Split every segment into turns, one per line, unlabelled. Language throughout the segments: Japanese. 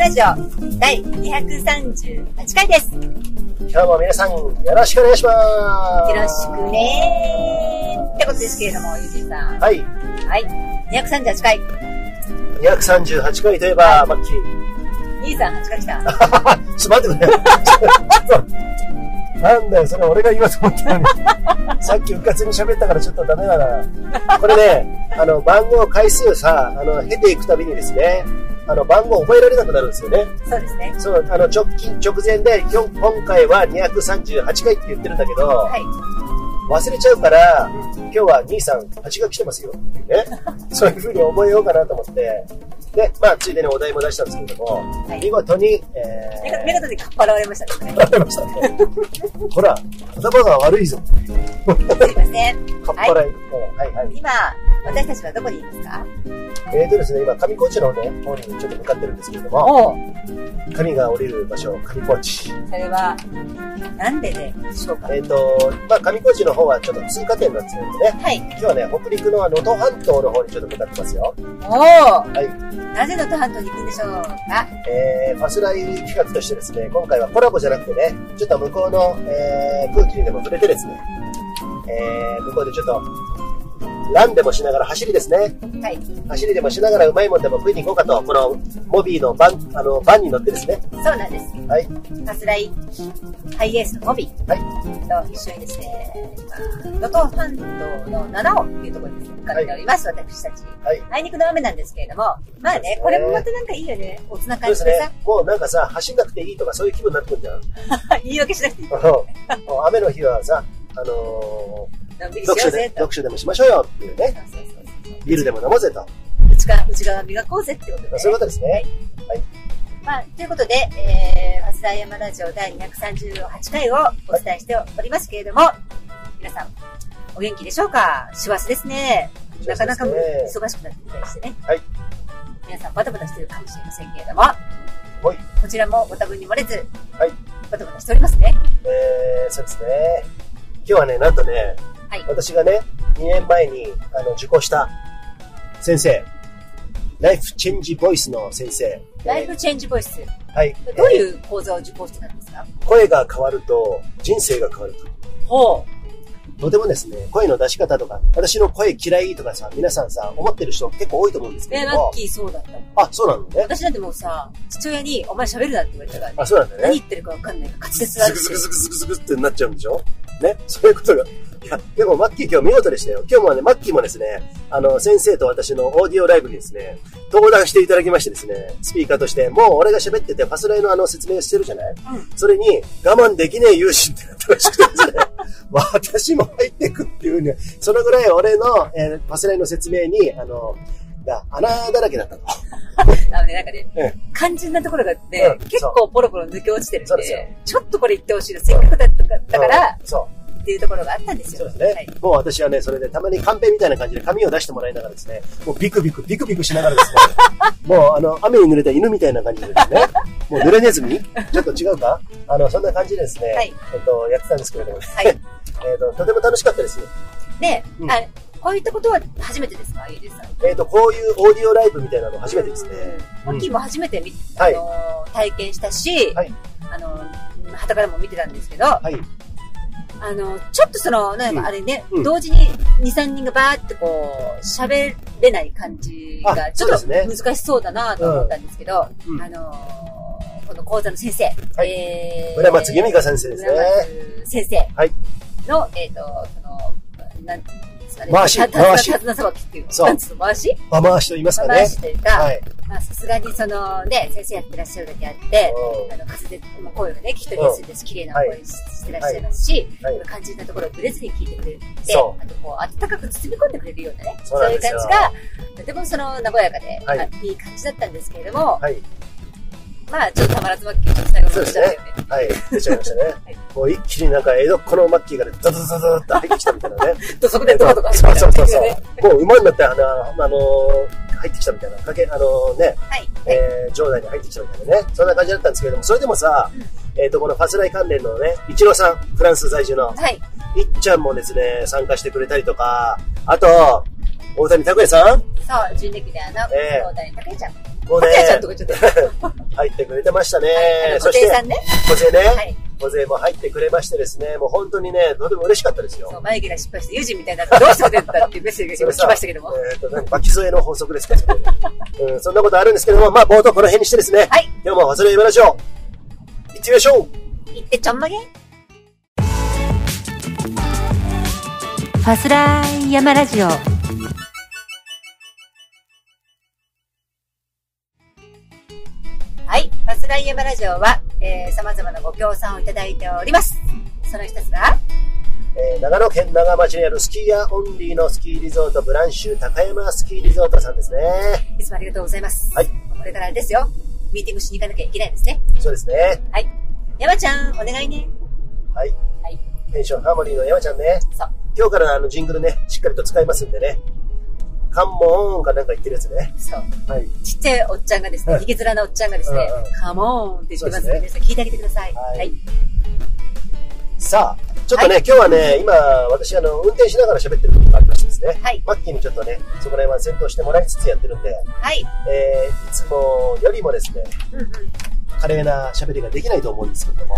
第238回です。よ
今日も皆さんよろしくお願いします。
ろしくねーってことですけれども、ゆうじさん。
はい。
はい。238回、
238回といえば、マッキ
238回来た。
ー。ちょっと待ってくれ。ちょっと なんだよ、それ俺が言おうと思った のに。さっきうかつに喋ったからちょっとダメだな。これね、あの、番号回数さ、あの、経ていくたびにですね、あの、番号覚えられなくなるんですよね。
そうですね。
そう、あの、直近、直前で、今日今回は238回って言ってるんだけど、
はい。
忘れちゃうから、今日は兄さん、8が来てますよってい うね、そういうふうに覚えようかなと思って、で、まあ、ついでにお題も出したんですけれども、
はい
見事に、え
見事見事にかっぱらわれましたですね
ー、。られ ましたね。ほら、頭が悪いぞ。
すいません。
かっぱらい。うんはい、はい、
今、私たちはどこにいますか
えーとですね、今、上高地のね、方にちょっと向かってるんですけれども、
おう。
神が降りる場所、上高地。
それは、なんででしょうか。
えっ、と、まあ、上高地の方はちょっと通過点なんですけどね、
はい。
今日はね、北陸のあの能登半島の方にちょっと向かってますよ。
おう。
はい。
なぜ能登半島に行くんでしょうか
えー、ファスライ企画としてですね、今回はコラボじゃなくてね、ちょっと向こうの、えー、空気にでも触れてですね、えー、向こうでちょっと、ランでもしながら走りですね。
はい。
走りでもしながらうまいもんでも食いに行こうかと、このモビーのバン、あの、バンに乗ってですね。
そうなんです。
はい。
さすらいハイエースのモビ
はい
と一緒にですね、まあ能登半島の七尾っていうところに向かっております、私たち。
はい。
あいにくの雨なんですけれども、まあね、これもまたなんかいいよね。おつな
そう
感
で
じ
す
でさ
ね、。もうなんかさ、走んなくていいとかそういう気分になってく るじゃん。
言い訳しなくていい。
うんもう雨の日はさ、あの
のんび
ー、
りしよう
読書
ぜ
で、
と。
読書でもしましょうよっていうね、
そうそうそう
ビールでも飲もうぜと。
内側、内側磨こうぜってことで、ね。
そういうことですね。
まあ、ということで、えー、ファスライヤマラジオ第238回をお伝えしておりますけれども、皆さん、お元気でしょうか幸せですね。なかなか
そうですね
忙しくなってきたりしてね。
はい
皆さん、バタバタしてるかもしれませんけれども、
はい
こちらもご多分に漏れず、
はい
バタバタしておりますね。
えー、そうですね。今日はね、なんとね、
はい
私がね、2年前にあの受講した先生、ライフチェンジボイスの先生。
ライフチェンジボイス。
えーはい。
どう
え
いう講座を受講してたんですか
ー声が変わると人生が変わると。
ほ
とてもですね、声の出し方とか、私の声嫌いとかさ、皆さんさ、思ってる人結構多いと思うんです
う。
け
え、
ど
ラッ
も。
キーそうだったもん。
あ、そうなのね。
私なんてもうさ、父親に、お前喋るなって言われたから、
あ、そうなんだ
何
ね。
言ってるかわかんないから、滑舌
ズ
悪
グ
くて
ズ グ。ズグズグズグってなっちゃうんでしょね。そういうことが。あでも、マッキー今日見事でしたよ。今日もね、マッキーもですね、あの、先生と私のオーディオライブにですね、登壇していただきましてですね、スピーカーとして、もう俺が喋ってて、ファスライのあの説明してるじゃない、
う
それに、我慢できねえ有志ってなったらしくてですね、私も入ってくっていうね、そのぐらい俺の、えーファスライの説明に、あの、だ穴だらけだったと。
あのね、なんかね、
え
肝心なところがあって、
うん
結構ポロポロ抜け落ちてるん
そう
で、
ですよ
ちょっとこれ言ってほしいの、せっかくだったから、
うんそう。
っていうところがあったんです
そ
よ。
うですね、
はい、
もう私はね、それでたまにカンペみたいな感じで紙を出してもらいながらですね、もうビクビク、ビクビクしながらです ね、もうあの、雨に濡れた犬みたいな感じでですね、もう濡れネズミちょっと違うかあの、そんな感じでですね、
はい
えっと、やってたんですけれども、
い
えっと、とても楽しかったですよ。
で、
うん
あ、こういったことは初めてですか、ゆうじさん。
えっと、こういうオーディオライブみたいなの初めてですね。
うん。
うん
マッキーも初めて見、あ
はい
のー体験したし、
はい
あのー、はからも見てたんですけど、あ
はい。
のー、ちょっとその、なん
うん
かあれね、
うん
同時に2、3人がバーってこう、喋れない感じが、
あ
ちょっと
そうです
難しそうだなと思ったんですけど、
うん
あのー、この講座の先生、
はい
えー
村松由美香先生ですね。
村松先生
はい
の、えっ、と、その、なんていうんですかね、
回した
た
回し
手綱さばきっていう、
そう
なんつうの、回し
バ回しと言いますかね
回。しというか、
はい。
まあ、さすがにそのね、先生やってらっしゃるだけあって、あの、滑舌も声をね、聞き取りやすいですし、綺麗な声ししてらっしゃいますし、
はいはい
肝心なところをぶれずに聞いてくれて、
そ
あとこう、温かく包み込んでくれるようなね、
そ
そう
なん
ういう
です
感
よ
じが、とてもその、和やかで、
はい
あいい感じだったんですけれども、
はい。
まあ、ちょっとたまらずマッキー、ちょっと最後までしたよね。
はい。出ちゃいました ね。もう一気になんか江戸っ子のマッキーがね、ダダダダダって入ってきたみたいなね。
土足でとかとかし
そ
て
うそうそうそ
ね
う。もう馬になって、あの、あの入ってきたみたいな、かけ、あのね、
はい。
えー、場内に入ってきたみたいなね、そんな感じだったんですけれども、それでもさ、えっ、と、このファスライ関連のね、一郎さん、フランス在住の、
はい。
いっちゃんもですね、参加してくれたりとか、あと、大谷拓也さん
そう、準レギュラーの
ええ
大谷武ちゃん。
もうね
小、手ちゃんとかちょっと。
入ってくれてましたね。
はい、
そ
固
し
定さ
て、
んね。
小勢
は
ね、
い。
小勢も入ってくれましてですね、もう本当にね、とても嬉しかったです
そう、
よ。
眉毛が失敗して、友人みたいになって、どうしたんだったっていうメッセージが今来ましたけども。は
えっと、なんか、巻き添えの法則ですか、それ うん、そんなことあるんですけども、まあ、冒頭この辺にしてですね、
い。
今日も忘れましょう。行ってみましょう
いってちょんまげ。ファスライヤマラジオ。はい。ファスライヤマラジオは、えー、様々なご協賛をいただいております。その一つが、
えー長野県長町にあるスキーヤーオンリーのスキーリゾートブランシュ高山スキーリゾートさんですね。
いつもありがとうございます。
はい
これからあれですよ。ミーティングしに行かなきゃいけないですね。
そうですね。
はい。山ちゃん、お願いね。
はい。
はい。
テンションハーモニーの山ちゃんね。
そう。
今日からあのジングルね、しっかりと使いますんでね。カンモーンかなんか言ってるやつね。
そう。
はい。
ちっちゃいおっちゃんがですね
は、い
ひげ面のおっちゃんがですね
うんうん、
カモーンって言ってますので、
そうで
皆さん聞いてあげてください。
はい
はい。
さあ、ちょっとね、今日はね、今、私、あの、運転しながら喋ってることがありましてですね。
はい。
マッキーにちょっとね、そこら辺は先導してもらいつつやってるんで、
はい。
えー、いつもよりもですね、
うんうん。
華麗な喋りができないと思うんですけれ ども。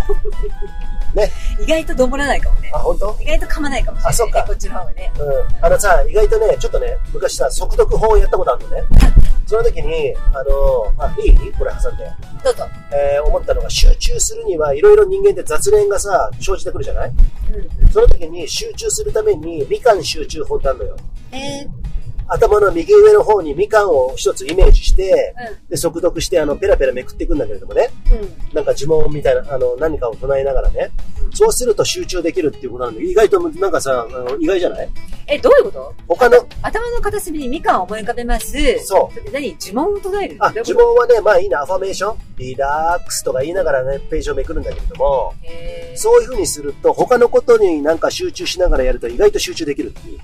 ね、
意外とどもらないかもね
あ、。本当
意外と噛まないかもしれない。
あそっか
こっちの方がね。
うん、あのさ、意外とね、ちょっとね、昔さ、速読法をやったことあるのね。その時に、あのあ、いいこれ挟んで。
どうぞ。
えー思ったのが、集中するには、いろいろ人間って雑念がさ、生じてくるじゃない
うん
その時に、集中するために、みかん集中法ってあるのよ。
うん。え
頭の右上の方にみかんを一つイメージして、
ー、
で、速読して、あの、ペラペラめくっていくんだけれどもね。
うん。うん。
なんか呪文みたいな、あの、何かを唱えながらね。そうすると集中できるっていうことなんだけど、意外と、なんかさ、あの意外じゃない
え、どういうこと
他の、
頭の片隅にみかんを思い浮かべます。
そう。
それで何呪文を唱える
あ、
どういう
呪
こと
文はね、まあいいな、アファメーション、リラックスとか言いながらね、ページをめくるんだけれども、
えー
そういう風にすると、他のことになんか集中しながらやると意外と集中できるっていう。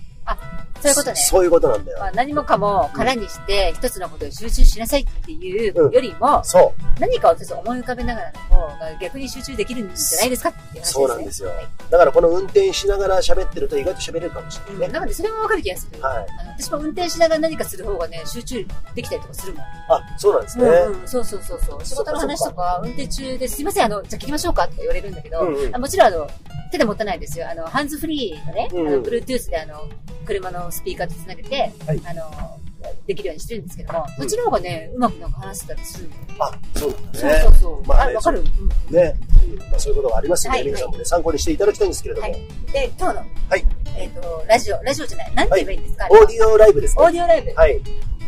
そういうことね。
そういうことなんだよ
ま。あ何もかも空にして、一つのことに集中しなさいっていうよりも、
そ
何かを一つ思い浮かべながらの方が逆に集中できるんじゃないですかっていう話ですね。
そうなんですよ
はい。
う。だからこの運転しながら喋ってると意外と喋れるかもしれ
う
ない
ん
ね。
なので、それもわかる気がする。
はい。
あの私も運転しながら何かする方がね、集中できたりとかするもん。
あ、そうなんですね。
うんうん、そうそうそうそう。仕
そ
事
っか
の話とか、運転中ですいません、あの、じゃあ切りましょうかとか言われるんだけど、
うんうん
あもちろんあの、手で持たないですよ。あの、ハンズフリーのね、
うん
あの、Bluetooth であの、車のスピーカーと繋げて、
はい
あの、できるようにしてるんですけども、
うん
そっちの方がね、うまくなんか話せたりするのよ。
あ、そうな
そ
ん
う
だ
そ
ね
う。そう。
まあ
あ
ね
わかる、うん
ね。まあそういうことがありますん
は
で、
い
皆さんもね、参考にしていただきたいんですけれども
は。で、今日の、
はい
えっ、と、ラジオ、ラジオじゃない、なんて言えばいいんですか、
オーディオライブです
オー
ね。
ディオライブ。
はい。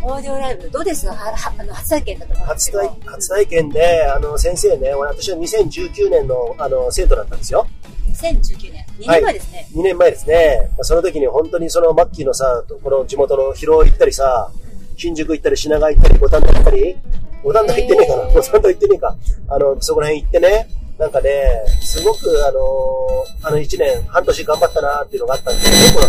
オーディオライブ、どうですかははあの初体験だと思うんです
初
けど。
体初体験で、あの、先生ね、私は2019年の、あの、生徒だったんですよ。
2019年、2年前ですね。
2年前ですね。まあその時に本当にそのマッキーのさ、この地元の広尾行ったりさ、新宿行ったり品川行ったり、五反田行ったり、五反田行ってねえかな、
へー
五反田行ってねえか。あの、そこら辺行ってね、なんかね、すごくあのーあの1年、半年頑張ったなっていうのがあったんですけど、この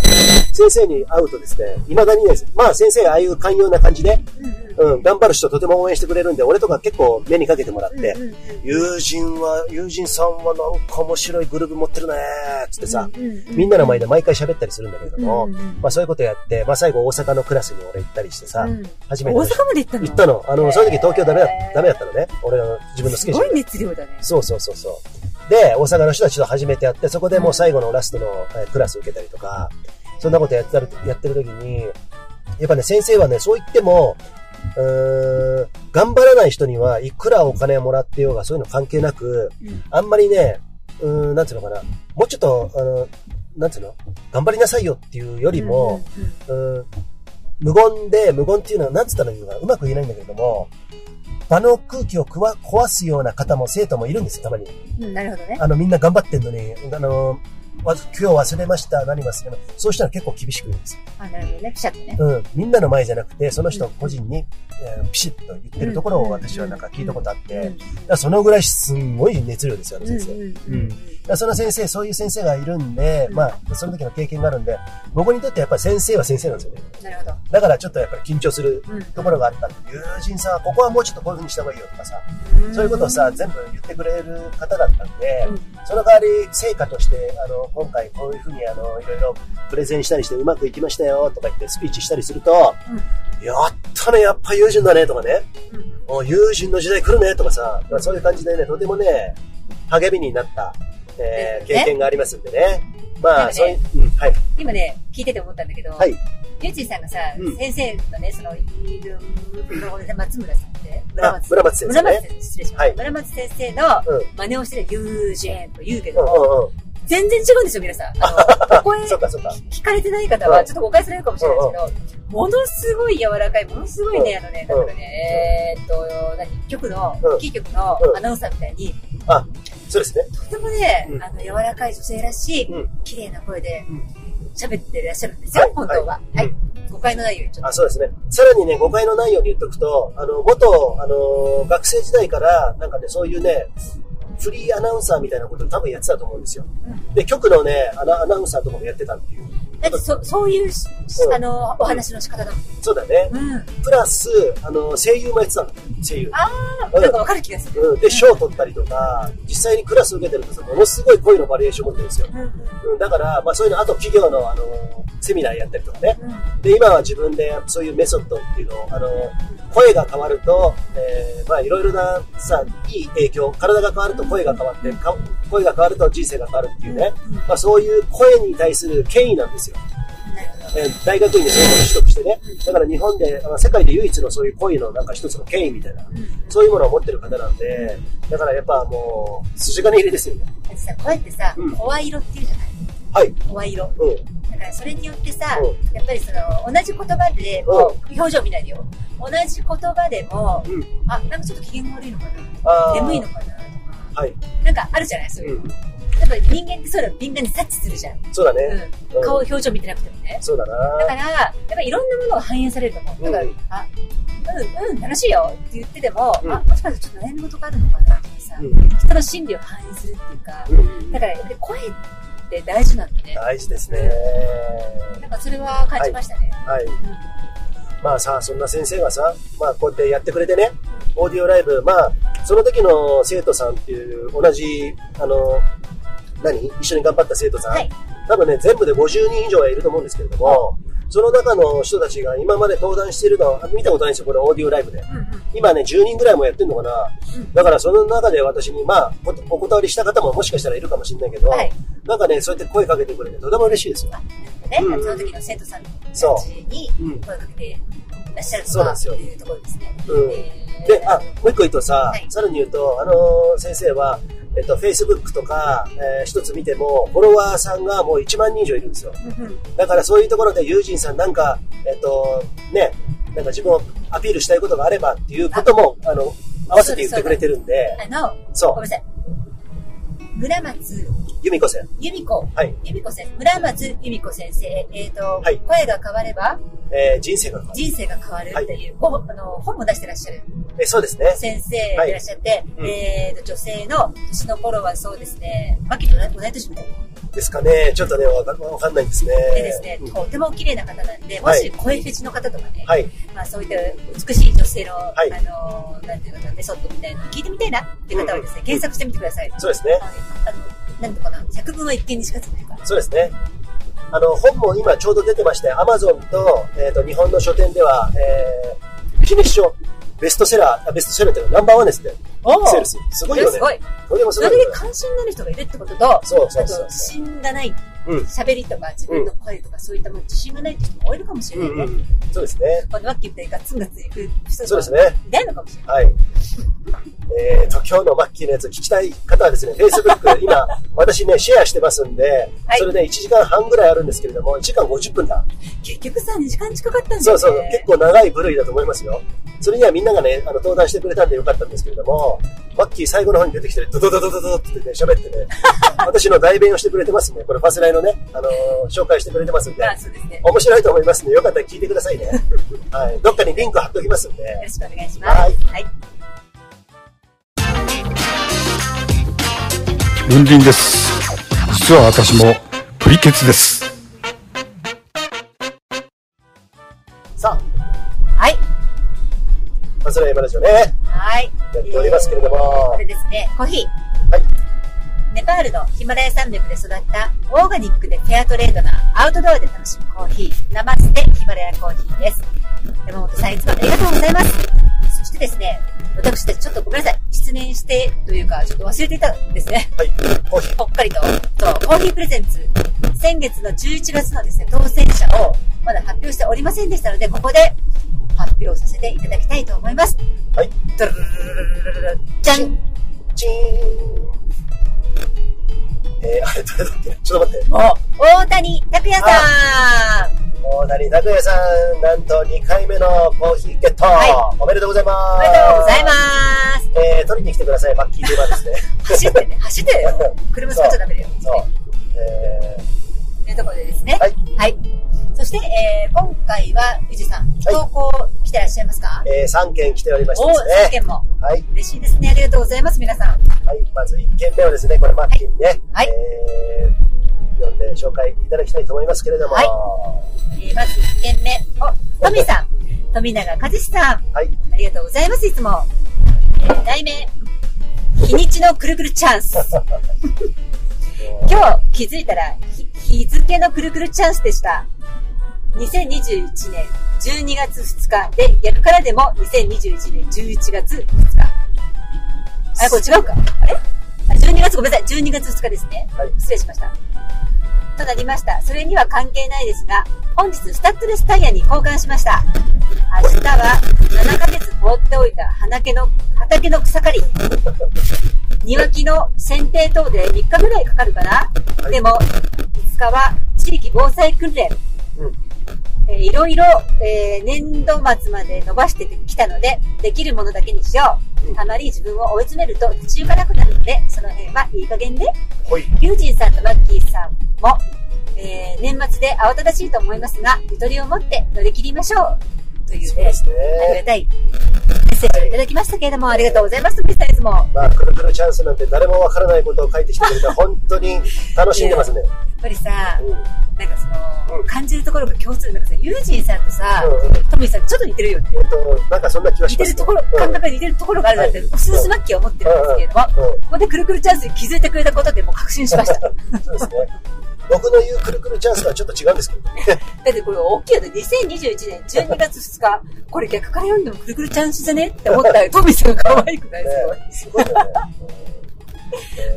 先生に会うとですね、未だにです、まあ先生ああいう寛容な感じで、
うんうん
うん、頑張る人とても応援してくれるんで、俺とか結構目にかけてもらって
うん、うんうん
友人は、友人さんはなんか面白いグループ持ってるねーっつってさ、
うんうんうん
みんなの前で毎回喋ったりするんだけれども、
うんうんうん
まあそういうことやって、まあ最後大阪のクラスに俺行ったりしてさ、
うん
初
大阪ま
めての人
で行ったの
行ったの。あ
へ
の、
ー
その時東京ダメだダメだったのね。俺の自分のスケジュー
すご
ル。
い熱量だね。
そうそうそうそう。で、大阪の人たちと初めてやって、そこでもう最後のラストの、えークラス受けたりとか、そんなことやってたやってる時に、やっぱね、先生はね、そう言っても、うーん、頑張らない人にはいくらお金もらってようが、そういうの関係なく、
うん
あんまりね、うーん、なんていうのかな、もうちょっと、あの、なんていうの頑張りなさいよっていうよりも、
うんうんうん
うーん、無言で、無言っていうのは、なんつったらいいのか、うまく言えないんだけれども、場の空気をくわ壊すような方も生徒もいるんですよ、たまに。
うん、なるほどね。
あの、みんな頑張ってんのに、あの、わ今日忘れました、何忘れました。そうしたら結構厳しく言うんですよ。
あ、なるほどね。ピシャッとね。
うん。みんなの前じゃなくて、その人個人に、えーピシッと言ってるところを私はなんか聞いたことあって、だからそのぐらいすんごい熱量ですよ、あの先生。
うんうん
だからその先生、そういう先生がいるんで、まあ、その時の経験があるんで、僕にとってやっぱり先生は先生なんですよね。
なるほど。
だからちょっとやっぱり緊張する
うん
ところがあったんで、友人さんはここはもうちょっとこういう風にした方がいいよとかさ、そういうことをさ、全部言ってくれる方だったんで、その代わり成果として、あの、今回こういう風にあの、いろいろプレゼンしたりしてうまくいきましたよとか言ってスピーチしたりすると、
うん
やったね、やっぱ友人だねとかね、
うん
もう友人の時代来るねとかさ、まあ、そういう感じでね、とてもね、励みになった、
ですよ
えー
ね
経験がありますんでね。まあ、
で
そ
も
うい
ね
う、うん、はい、
今ね、聞いてて思ったんだけど、
はい、
ゆうちーさんがさ、
うん
先生のね、その、いる、ごめんなさい松村さんって、
あ村松先生ね
村松先生、失礼しました。
はい
村松先生の
うん、
真似をして、友人と言うけ
う
ど、
んうんうん。
全然違うんですよ、皆さん。あ の、お声
そうかそうか。
聞かれてない方は、ちょっと誤解されるかもしれないですけど、ものすごい柔らかい、ものすごいね、あのね、だからね、えーっと、何、局の
うん、
大きい局の
うん
アナウンサーみたいに、
あ、そうですね。
とてもね
う、ん
あの、柔らかい女性らしい、
うん。
綺麗な声で
うん、
喋ってらっしゃるんですよ
は、い
本当は。は
はいい。
誤解のないように、ちょっ
あ、そうですね。さらにね、誤解のないように言っとくと、あの、元、あの、学生時代から、なんかね、そういうね、フリーアナウンサーみたいなこと多分やってたと思うんですよ。
う
で、局のねアナ、アナウンサーとかもやってたっていう。
と。だって、そ、そういうし、
うん
あの、お話の仕方だもん。
そうだね。
うん。
プラス、あの、声優もやってたの。声優。
あー、なんかわかる気がする。
うん、で、賞を取ったりとか、実際にクラス受けてるとさ、ものすごい声のバリエーション持ってるんですよ。
うんうん。
うん、だから、まあそういうの、あと企業の、あの、セミナーやったりとかね。
うん
で、今は自分でそういうメソッドっていうのを、あの、声が変わると、えーまあいろいろなさ、いい影響、体が変わると声が変わって、か声が変わると人生が変わるっていうね。
うん
まあそういう声に対する権威なんですよ。
なるほど。
えー大学院でそういうのを取得してね。だから日本で、あの世界で唯一のそういう声のなんか一つの権威みたいな。
うん
そういうものを持ってる方なんで、だからやっぱもう、筋金入りですよね。
だってさ、声ってさ
うん、
声色っていうじゃない
はい。
声色。
うん。
だからそれによってさ、
う
やっぱりその、同じ言葉でも、表情見ないでよ。同じ言葉でも、
うん
あ、なんかちょっと機嫌悪いのかな
あー
眠いのかなとか、
はい。
なんかあるじゃないそういううの。
ん。
やっぱり人間ってそういうの敏感に察知するじゃん。
そうだね。
うん。顔、表情見てなくてもね。
そうだな。
だから、やっぱりいろんなものが反映されると思う。だから、
うん
あ、うん、うん、楽しいよって言ってても、
うん
あ、もしかしたらちょっと悩み事があるのかなとかさ、
うん
人の心理を反映するっていうか、
うん
だからやっぱり声って大事なんだね。
大事ですね。
なんかそれは感じましたね。
はい。
うん
まあさ、そんな先生がさ、まあこうやってやってくれてね、オーディオライブ、まあ、その時の生徒さんっていう、同じ、あの、何一緒に頑張った生徒さん。
はい
多分ね、全部で50人以上はいると思うんですけれども、その中の人たちが今まで登壇しているのは見たことないんですよ、これオーディオライブで。
うんうん
今ね、10人ぐらいもやってるのかな。
うん
だからその中で私に、まあ、おお断りした方ももしかしたらいるかもしれないけど、
はい
なんかね、そうやって声かけてくれてとても嬉しいですよ。
あなるほどね、
うん
その時の生徒さんたち
そ
に
うん。
声かけていらっしゃる
そうなんです
と
よ
かっていうところですね。
うん
えー
で、あ、もう一個言うとさ、
はい
さらに言うと、あのー先生は、えっと、Facebook とか、えー一つ見ても、フォロワーさんがもう1万人以上いるんですよ。
うんうん
だからそういうところで、友人さんなんか、えっと、ね、なんか自分をアピールしたいことがあればっていうことも、あの、合わせて言ってくれてるんで、
あの、
そ
ごめん
う、
なさい。村松
由美子さん。
由美子。
はい。
由美子先生、村松由美子先生、えっ、と、
はい
声が変われば
えー人生が変わる。
人生が変わるっていう、ほあの本も出してらっしゃる
えそうですね。
先生でいらっしゃって、
うん
えっ、と、女性の年の頃はそうですね、マキと同い年みたい
ですかね。ちょっとね、わかわかんないんですね。
でですね、
うん
とても綺麗な方なんで、も
は
し
い
声フェチの方とかね、
はい。
まあ、そういった美しい女性の、
い
あのーなんていうのかなメソッドみたいなの聞いてみたいなっていう方はですね、
うん
検索してみてください。
そうですね。
あの、なんとかな、百聞は一見にしかずというか。
そうですね。あの、本も今ちょうど出てまして、Amazon と、えっ、と、日本の書店では、えー、ビジネス書、ベストセラー、あベストセラーっていうかナンバーワンですね。
お
セールス。すごいよね。
すごい。
これもす
そ
ご
れ
い
だ
よ
け
ね。
関心のある人がいるってことと、
そうそう
あ
そ
と、
う
自信がない、
うん。
喋りとか自分の声とかそういったもの、自信がないって人も多いのかもしれないね。
うんうん。そうですね。
このマッキーみたいにガッツンガッツンいく人
そうです
ね。
ね。
いないのかもしれない。
はい。えっ、と、今日のマッキーのやつ聞きたい方はですね、Facebook、今、私ね、シェアしてますんで、
はい
それで1時間半ぐらいあるんですけれども、1時間50分だ。
結局さ、2時間近かったんだよね。
そうそう、結構長い部類だと思いますよ。それにはみんながね、あの、登壇してくれたんでよかったんですけれども、マッキー最後の方に出てきて、ドドドドドドってね、喋ってね、 私の代弁をしてくれてますね。これ、ファスライのね、あのー紹介してくれてますんで
ま、あそうですね。よ
面白いと思いますんで、よかったら聞いてくださいね。はい。どっかにリンク貼っておきますんで。
ろしくお願いします。
はい
はい
文林です実は私もプリケツです
さあ、
はい。
ファスライマラジオね。
はい。
やっておりますけれども
えーこれですね、コーヒー。
はい。
ネパールのヒマラヤ山脈で育ったオーガニックでフェアトレードなアウトドアで楽しむコーヒー、ナマステヒマラヤコーヒーです。山本さんいつもありがとうございます。そしてですね、私たちちょっとごめんなさい。失念してというか、ちょっと忘れていたんですね。
はい。コーヒー。
ぽっかりと。そう、コーヒープレゼンツ。先月の11月のですね、当選者をまだ発表しておりませんでしたので、ここで発表させていただきたいと思います。
はい。
ドルルルルルルルじゃん
チーン。えー、あれ、誰だっけちょっと待って。
もう、大谷拓也さん
大谷拓也さん、なんと2回目のコーヒーゲット、
はい
おめでとうございます。。
おめでとうございますす
えー、取りに来てください、マッキー・デューマーですね。
走ってね、走ってよ。車使っちゃダメだよ。
そう。え
というところでですね
ー、。はい。
はい。そして、えー、今回は、ゆじさん、投稿来てらっしゃいますか、
えー、3件来ておりまし
お
て
お
で
ー、
す
3
ね。
件も。
はい。
嬉しいですね。ありがとうございます、皆さん。
はい。まず1件目をですね、これマッキーにね、
はい
えー、読んで紹介いただきたいと思いますけれども、
は
はい
い。えー、まず1件目。お、トミーさん。富永和志さん。ありがとうございます、いつも。えー、題名。日にちのくるくるチャンス。今日気づいたら日、日付のくるくるチャンスでした。2021年12月2日で、逆からでも2021年11月2日。あ、これ違うかあれあ ?12 月ごめんなさい。12月2日ですね。
はい
失礼しました。となりました。それには関係ないですが、本日スタッドレスタイヤに交換しました。明日は7ヶ月放っておいた畑の畑の草刈り。庭木の剪定等で3日ぐらいかかるかな、
はい
でも、5日は地域防災訓練。
うん
えーいろいろ、えー年度末まで伸ばしてきたので、できるものだけにしよ
う
う。
ん
あまり自分を追い詰めると立ち行かなくなるので、その辺はいい加減で。
ほい。
リュウジンさんとマッキーさんも、えー年末で慌ただしいと思いますが、ゆとりを持って乗り切りましょう。という
そう
ね
ですね。
ありがたいメッセージをいただきましたけれども、ありがとうございます、ミスターいつも。
まあ、くるくるチャンスなんて誰もわからないことを書いてきてくれた本当に楽しんでま すね。
やっぱりさ
う、ん。うん
なんかその、
うん
感じるところが共通、なんかさ、ユージンさんとさ、
うん
トミーさん、ちょっと似てるよね。
えっと、なんかそんな気が
似
してます、
るところ、
うん
感覚が似てるところがあるなんて、
はい
おすすめッキーは思ってるんですけれども、
うんうん
ここでくるくるチャンスに気づいてくれたことでもう確信しました。だ
そうですね。僕の言うくるくるチャンスとはちょっと違うんですけど ね。
ってこれ大きいよね、2021年12月2日、これ逆から読んでもくるくるチャンスじゃねって思ったら、トミーさんが可愛くないですか、
ねすごいよね。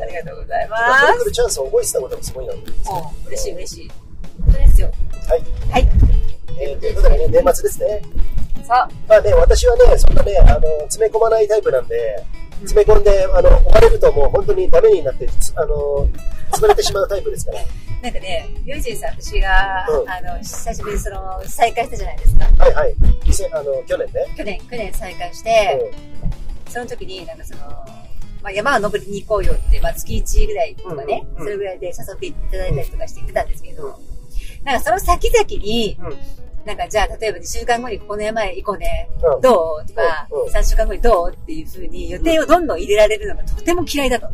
ありがとうございま
まあくるく
す。
るチャンスを覚えてたこともすごいな。
もう嬉しい嬉しい。本当ですよ。
はい。
はい。
えー、ということでね、年末ですね。
さあ、
まあね、私はね、そんなね、あの、詰め込まないタイプなんで、詰め込んで、あの、追われるともう本当にダメになって、つあの、潰れてしまうタイプですから。
なんかね、ユージンさん、私が、
うん
あの、久しぶりにその、再会したじゃないですか。
はいはい。2000あの、去年ね。
去年、去年再会して、その時に、なんかその、まあ、山を登りに行こうよって、まあ、月1ぐらいとかね、
うんうんう
そ
ん
れぐらいで誘っていただいたりとかして言ってたんですけど、なんかその先々に、
うん。うん。
なんかじゃあ、例えば2週間後にここの山へ行こうね、
うん
どうとか、
うんうん
3週間後にどうっていう風に予定をどんどん入れられるのがとても嫌い だと。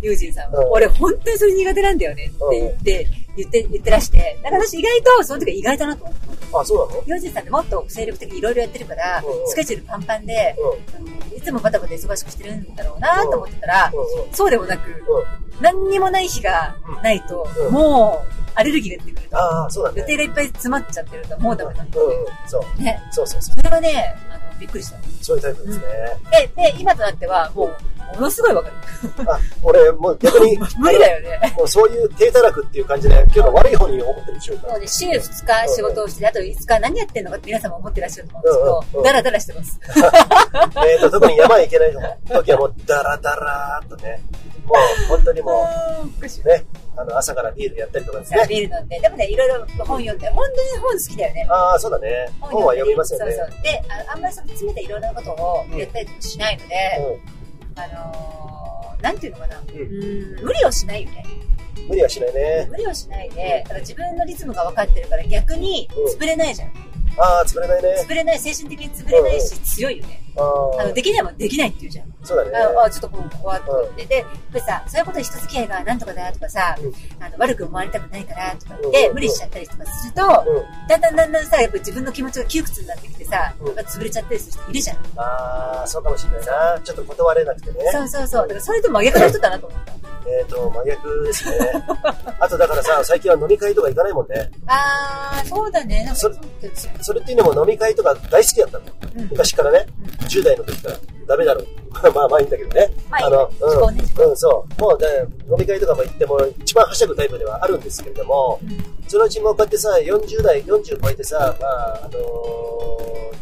友人さんは、
うん
俺本当にそれ苦手なんだよねって言って、言って、言ってらして、だから私意外と、その時は意外だなと思って。
あ、そうなの
友人さんってもっと精力的にいろいろやってるから
う、ん
スケジュールパンパンで、
うん。
あのいつもバタバタ忙しくしてるんだろうなと思ってたら、
うんうん。
そうでもなく、
うん。
何にもない日がないと
う、ん
もう、アレルギーが出てくると。
ああ、そうなんだ
予定
ね。
がいっぱい詰まっちゃってると、もうダメだ。
うんうん。そう。
ね。
そうそうそう。
それはね、あの、びっくりした。
そういうタイプですね。
で、で、今となっては、もう、ものすごいわかる。、
あ、俺、もう逆に
無理だよね。
もうそういう低たらくっていう感じで、今日の悪い方に思ってるでしょうか
もうね、週2日仕事をして、あと5日何やってんのかって皆さんも思ってらっしゃると思うんですけ
うんうんう
ど、
ん
ダラダラしてます。
ら。えっと、特に山へ行けない時はもう、ダラダラーっとね、もう本当にも、
おかしいう
ね、あの、朝からビールやったりとかです
さあ
ね。
ビール飲んで、でもね、いろいろ本読んで、本当に本好きだよね。
ああ、そうだね。本は読みますよね。
そうそう。で、ああんまりその詰めたいろんなことをやったりとかしないので、あのー、なんていうのかな、うんん、無理をしないよね。
うん無理はしないね。
無理をしないで、だから自分のリズムが分かってるから逆に潰れないじゃん。
ああ、潰れないね。
潰れない、精神的に潰れないし、強いよね。
あ
あの、
あ、
できないもんできないって言うじゃん。
そうだ
あ
ね。
あ、ちょっとこう、こわっと思って。で、やっぱりさ、そういうことで人付き合いがなんとかだとかさ、
う
あの、悪く思われたくないからとか言っ
うんうん
て
う、ん
無理しちゃったりとかすると、
うん。
だんだんだんだんさ、やっぱり自分の気持ちが窮屈になってきてさ、
うん
やっぱ潰れちゃったりする人いるじゃん。
ああ、そうかもしれないな。ちょっと断れなくてね。
そうそうそう。だからそれと真逆の人だなと思った。
えっ、と、真逆ですね。あとだからさ、最近は飲み会とか行かないもんね。
あー、そうだね。なんかそ
そ
うだよね
それっていうのも飲み会とか大好きだったの。
うん
昔からね
うん。
10代の時から。ダメだろう。 まあまあいいんだけどね。
まあいい
の、
自己ね自己
うん、うん、そう。もうね、飲み会とかも行っても、一番はしゃぐタイプではあるんですけれども、そのうちもうこうやってさ、40代、40超えてさ、まあ、あのー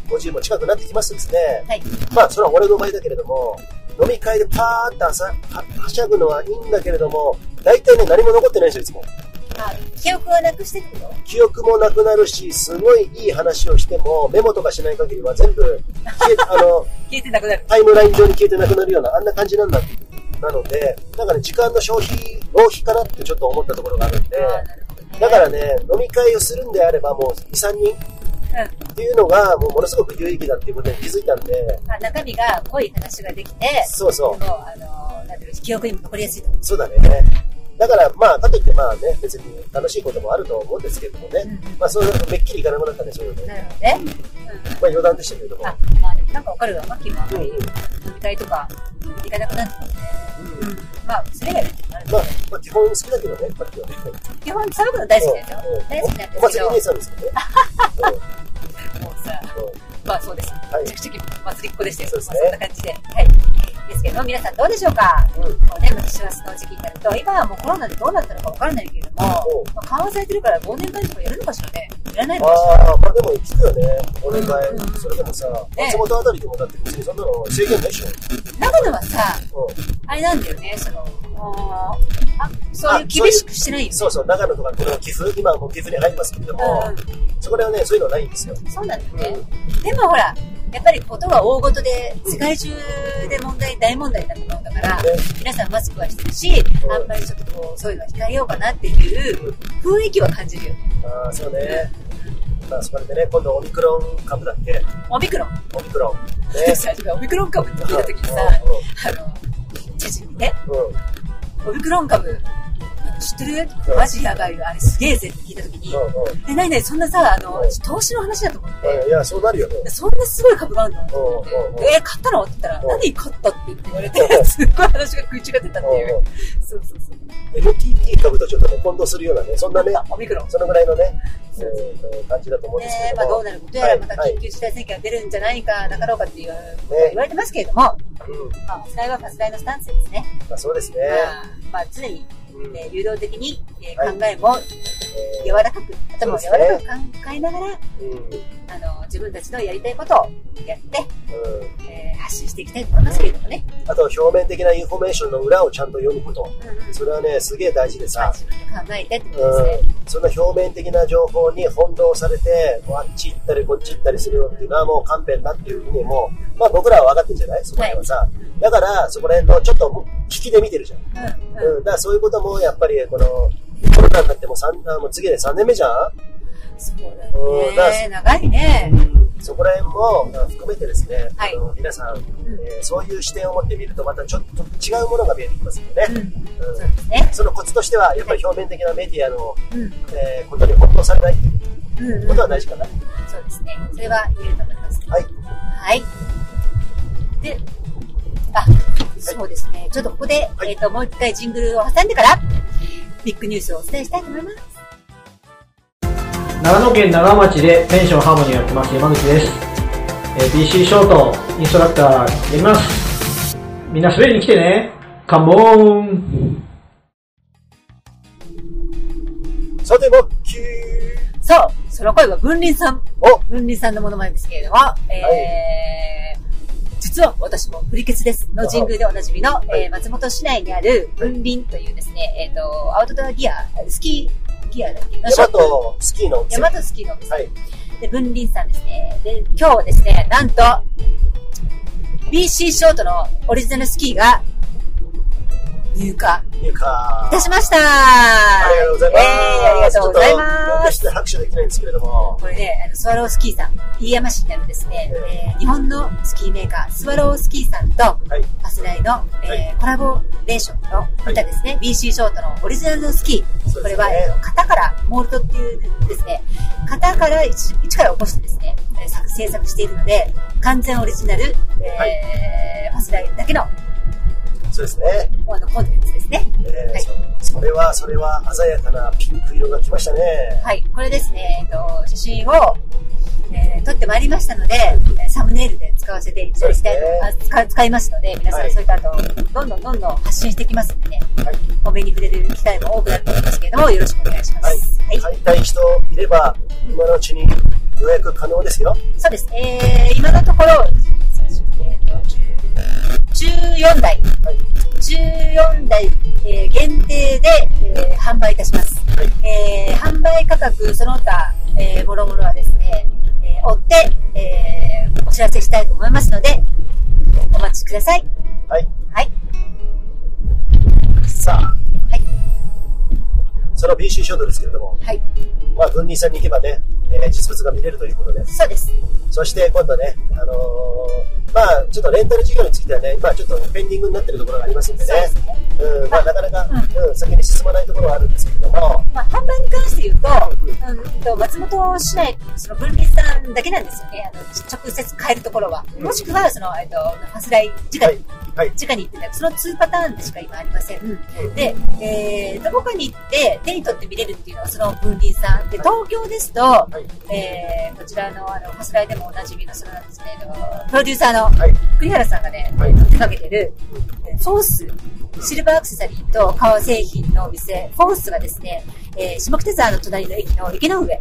50も近くなってきますですね。
はい。
まあ、それは俺の場合だけれども、飲み会でパーッと朝ははしゃぐのはいいんだけれども、大体ね、何も残ってないんですよ、いつも。
あ、記憶はなくしてるの
記憶もなくなるし、すごいいい話をしても、メモとかしない限りは全部消え、あの、
消えてなくなる。
タイムライン上に消えてなくなるような、あんな感じなんだ。なので、なんかね、時間の消費、浪費かなってちょっと思ったところがあるんで、
あーなるほどね
だからね、飲み会をするんであれば、もう2、3人
うん。
っていうのが、もうものすごく有意義だっていうことに気づいたんで、
まあ、中身が濃い話ができて、
そうそう
もう、あのー、なんていうの記憶にも残りやすいと。
そうだね。だから、まあ、かといって、まあね、別に楽しいこともあると思うんですけれどもね、
うん
まあ、そういうめっきりいかなくなったんでしょうね。
なるほどね。
まあ、余談でしたけれど
う
も
ん。。あ、まあ、でもなんかわかるわ。マキもあんまり
うんうん
飲み会とか行かなくなって、
うん
まあ、それ以外のこともある
まあ、まあ、基本好きだけどね、パッキはね。
基本、騒ぐの大好きなんですよ
うん。
大好きなんです
お
け
祭
ど
り、姉さんですけどね。
もうさ、
うんうん
まあそうです。
い
めちゃくちゃ祭りっ子でしたよ。
そうですね
まあ、そんな感じで。はい。ですけど、皆さんどうでしょうか、
うん
もうね、また師走の時期になると、今はもうコロナでどうなったのかわからないけれども、
うん
まあ、緩和されてるから忘年会とかやるのかしらね。やらないのかし
ああ、まあでも聞くよね、俺が
うんうん。
それでもさ、
ね
松本あたりでもだって別にそんなの制限ないでしょ。
ら。長野はさ、
うん
あれなんだよね、その、あーあそういう厳しくしてないよね。
そうそう、長野とか、これは岐阜、今はもう岐阜に入りますけれども
う、ん
そこではね、そういうのないんですよ。
そうなんだよね。でもほら、やっぱりことは大事で、世界中で問題、大問題になったものだから、皆さんマスクはしてるし、
うん
あんまりちょっとこう、そういうのは控えようかなっていう雰囲気は感じるよね。
ああ、そうね。まあそこでね、今度オミクロン株だっけ
オミクロン。
オミクロン。ね。
最初オミクロン株って聞いた時にさ、あの、知事にね、
うんうんうん
オミクロン株、知ってる
うん
マジやばいよ、あれすげえぜって聞いた時に、
う
え、なになに、そんなさ、あの
うん、
投資の話だと思っ
んうん。
て、
いや、そうなるよね。
そんなすごい株があるのと思って
うんうんうん、
え、買ったのって言ったら、
うん
何買ったって言われて、すっごい話が食い違ってたってい
うんう
う。そうそうそう。
LTT 株とちょっとね、混同するようなね、そんなね、
オミクロン。
そのぐらいのね、えー感じだと思うん
ね
ですけ
え
れ
まあ、
ど
どう
も。
なることやら、また
はい
緊急事態宣言が出るんじゃないかなかろうかっていう、
ね
言われてますけれども、ま
うん
あ、ファスライはファスライのスタンスですね。
まあそうですね。
まあ、まあ常に、
うん
えー流動的に、えー
はい
考えも柔らかく、頭も柔らかく考えながら、
うん
あの自分たちのやりたいことをやって、
うん
えー発信していきたいと思いますけれどもね。
あと表面的なインフォメーションの裏をちゃんと読むこと。それはね、すげえ大事で
まあ
さ、
自分で考えてってことですね。
うん、そんな表面的な情報に翻弄されて、もうあっち行ったりこっち行ったりするよっていうのはもう勘弁だっていうふうにもう、まあ僕らは分かってるじゃないそこら辺はさ。だから、そこら辺のちょっともう聞きで見てるじゃ
う
ん。
んうん
うん、だからそういうこともやっぱり、この、コロナになっても三あもう次で3年目じゃん
そう
うんだ
だね。長いね。
そこら辺もあ含めてですね、
はい
あの皆さん、えーそういう視点を持ってみると、またちょっと違うものが見えてきますので
うん、
ね、うん
そうですね。
そのコツとしては、やっぱり表面的なメディアの、
うん
えーことに翻弄されないっていう
うんうん
ことは大事かな。
そうですね。それは言えると思います。
はい。
はい。で、あ、そうですね。ちょっとここで、
はい
えっ、と、もう一回ジングルを挟んでから、ビッグニュースをお伝えしたいと思います。
長野県長野町でペンションハーモニーをやってます山口です、えー BC ショートインストラクターやりますみんな滑りに来てねカモーン
さて、モッキー
そう、その声は文林さん。
お
文林さんのものまねですけれども、えー実は私もプリケツです。の神宮でおなじみの、
い
えー松本市内にある文林というですね、えっ、と、アウトドアギア、スキーギアだっけのショップ。
山とスキーの
ヤマトスキーのお店
はい。
で、文林さんですね。で、今日はですね、なんと、BC ショートのオリジナルスキーが、入荷い
いうか、
たしました
ありがとうございます。
えーありがとうございま
ち
す
ょっと、拍手できないんですけれども、
これね、あのスワロースキーさん、飯山市にあるですね、えー日本のスキーメーカー、スワロースキーさんと、
はい。
パスライの、えー
は
コラボレーションの歌ですね、BC ショートのオリジナルのスキー。
そう
これ
ですね
は、えー型から、モールドっていうですね、型から一一から起こしてですね、えー作制作しているので、完全オリジナル、えー
は
パスライだけの
そうですね。
あのコンテンツですね。
えー
はい
そそれは、それは鮮やかなピンク色が来ましたね。
はい、これですね、えっと、写真を、えー撮ってまいりましたので、えーサムネイルで使わせていただきたいと、あ使使いますので、皆さ
は
ん
い
そういった後、どんどんどんどん発信していきますんでね、
はい
お目に触れる機会も多くなっていきますけれども、よろしくお願いしま
はい
す。はい。
買いたい人いれば、今のうちに予約可能ですよ。
そうです。えー、今のところ、14台、
はい
14台、えー限定で、えー販売いたします。
はい
えー販売価格、その他、えー、もろもろはですね、えー追って、えーお知らせしたいと思いますので、お待ちください。
はい。
はい。
さあ、
はい。
その BC ショートですけれども、
はい。
まあ、分離さんに行けばね、えー実物が見れるということで、
そうです。
そして今度ね、あのーまあ、ちょっとレンタル事業についてはね、今ちょっとペンディングになってるところがありますんでね
そうで、すね。
うん、まあ、なかなか、
う
うん、先に進まないところはあるんですけれども、
まあ、販売に関して言うと、うんと、松本市内、その分離さんだけなんですよね。あの、直接買えるところは。
うん
もしくは、その、えっと、ファスライ、直
は
に
い、はい、
直に行ってない。その2パターンでしか今ありません。で、えー、どこかに行って手に取って見れるっていうのはその分離さん。で、東京ですと、えー、こちらの、あの、ファスライでもおなじみの、そのなんですね、えっとプロデューサーの、
はい、
栗原さんがね、
はい
手掛けてる、ソース、シルバーアクセサリーと革製品のお店、フォースがですね、えー下北沢の隣の駅の池の上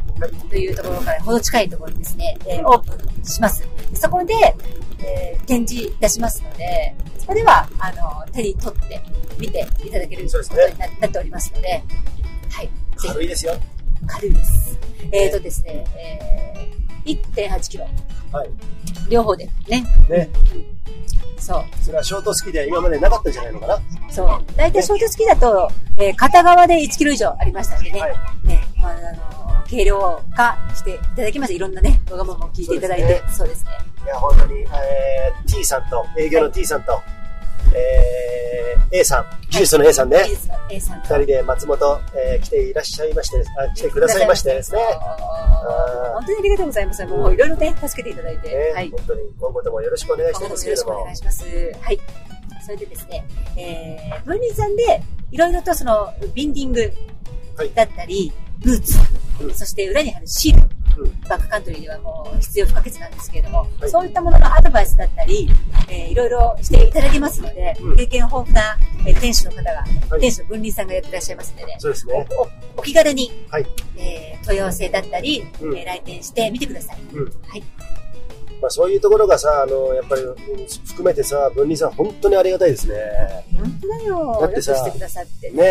というところからほど近いところにですね、えーオープンします。そこで、えー展示いたしますので、そこでは、あの、手に取って見ていただける
そ
こと
うですね
にななっておりますので、はい、ぜ
軽いですよ。
ひ軽いです。えーとですね、えー1.8キロ、
はい、
両方でね、
ね、
そう。
それはショートスキーでは今までなかったんじゃないのかな。
そう。大体ショートスキーだと、えー片側で1キロ以上ありましたんでね。
はい
ね、まあ、あのー軽量化していただきまして、いろんなね、わがままを聞いていただいて。そうですね。
いや、本当に、えー、T さんと、営業の T さんと、えー、A さん、技術の A さんね、
技術の A さん
二人で松本、えー来ていらっしゃいましてです、あ来てくださいましてですね。
あー本当にありがとうございます。もういろいろね、助けていただいて。
ね
はい。
本当に今後ともよろしくお願いしたいんですけ
よ
れ
ろ
ど
しくお
も
願い、します。はい。それでですね、えー、分離さんで、いろいろとその、ビンディング
はい
だったり、ブーツ、
うん
そして裏に貼るシール、
うん
バックカントリーではもう必要不可欠なんですけれども、
はい
そういったもののアドバイスだったり、えー、いろいろしていただけますので、
うん
経験豊富な、えー店主の方が、
はい
店主の分離さんがやってらっしゃいますのでね、
そうですね。
おおお気軽に、
はい
えー問い合わせだったり、
うん
えー来店してみてください。
うん
はい。
まあ、そういうところがさ、あの、やっぱり、うん含めてさ、分離さん、本当にありがたいですね。
本当だよ。
だってさ
よくしてくださって
ね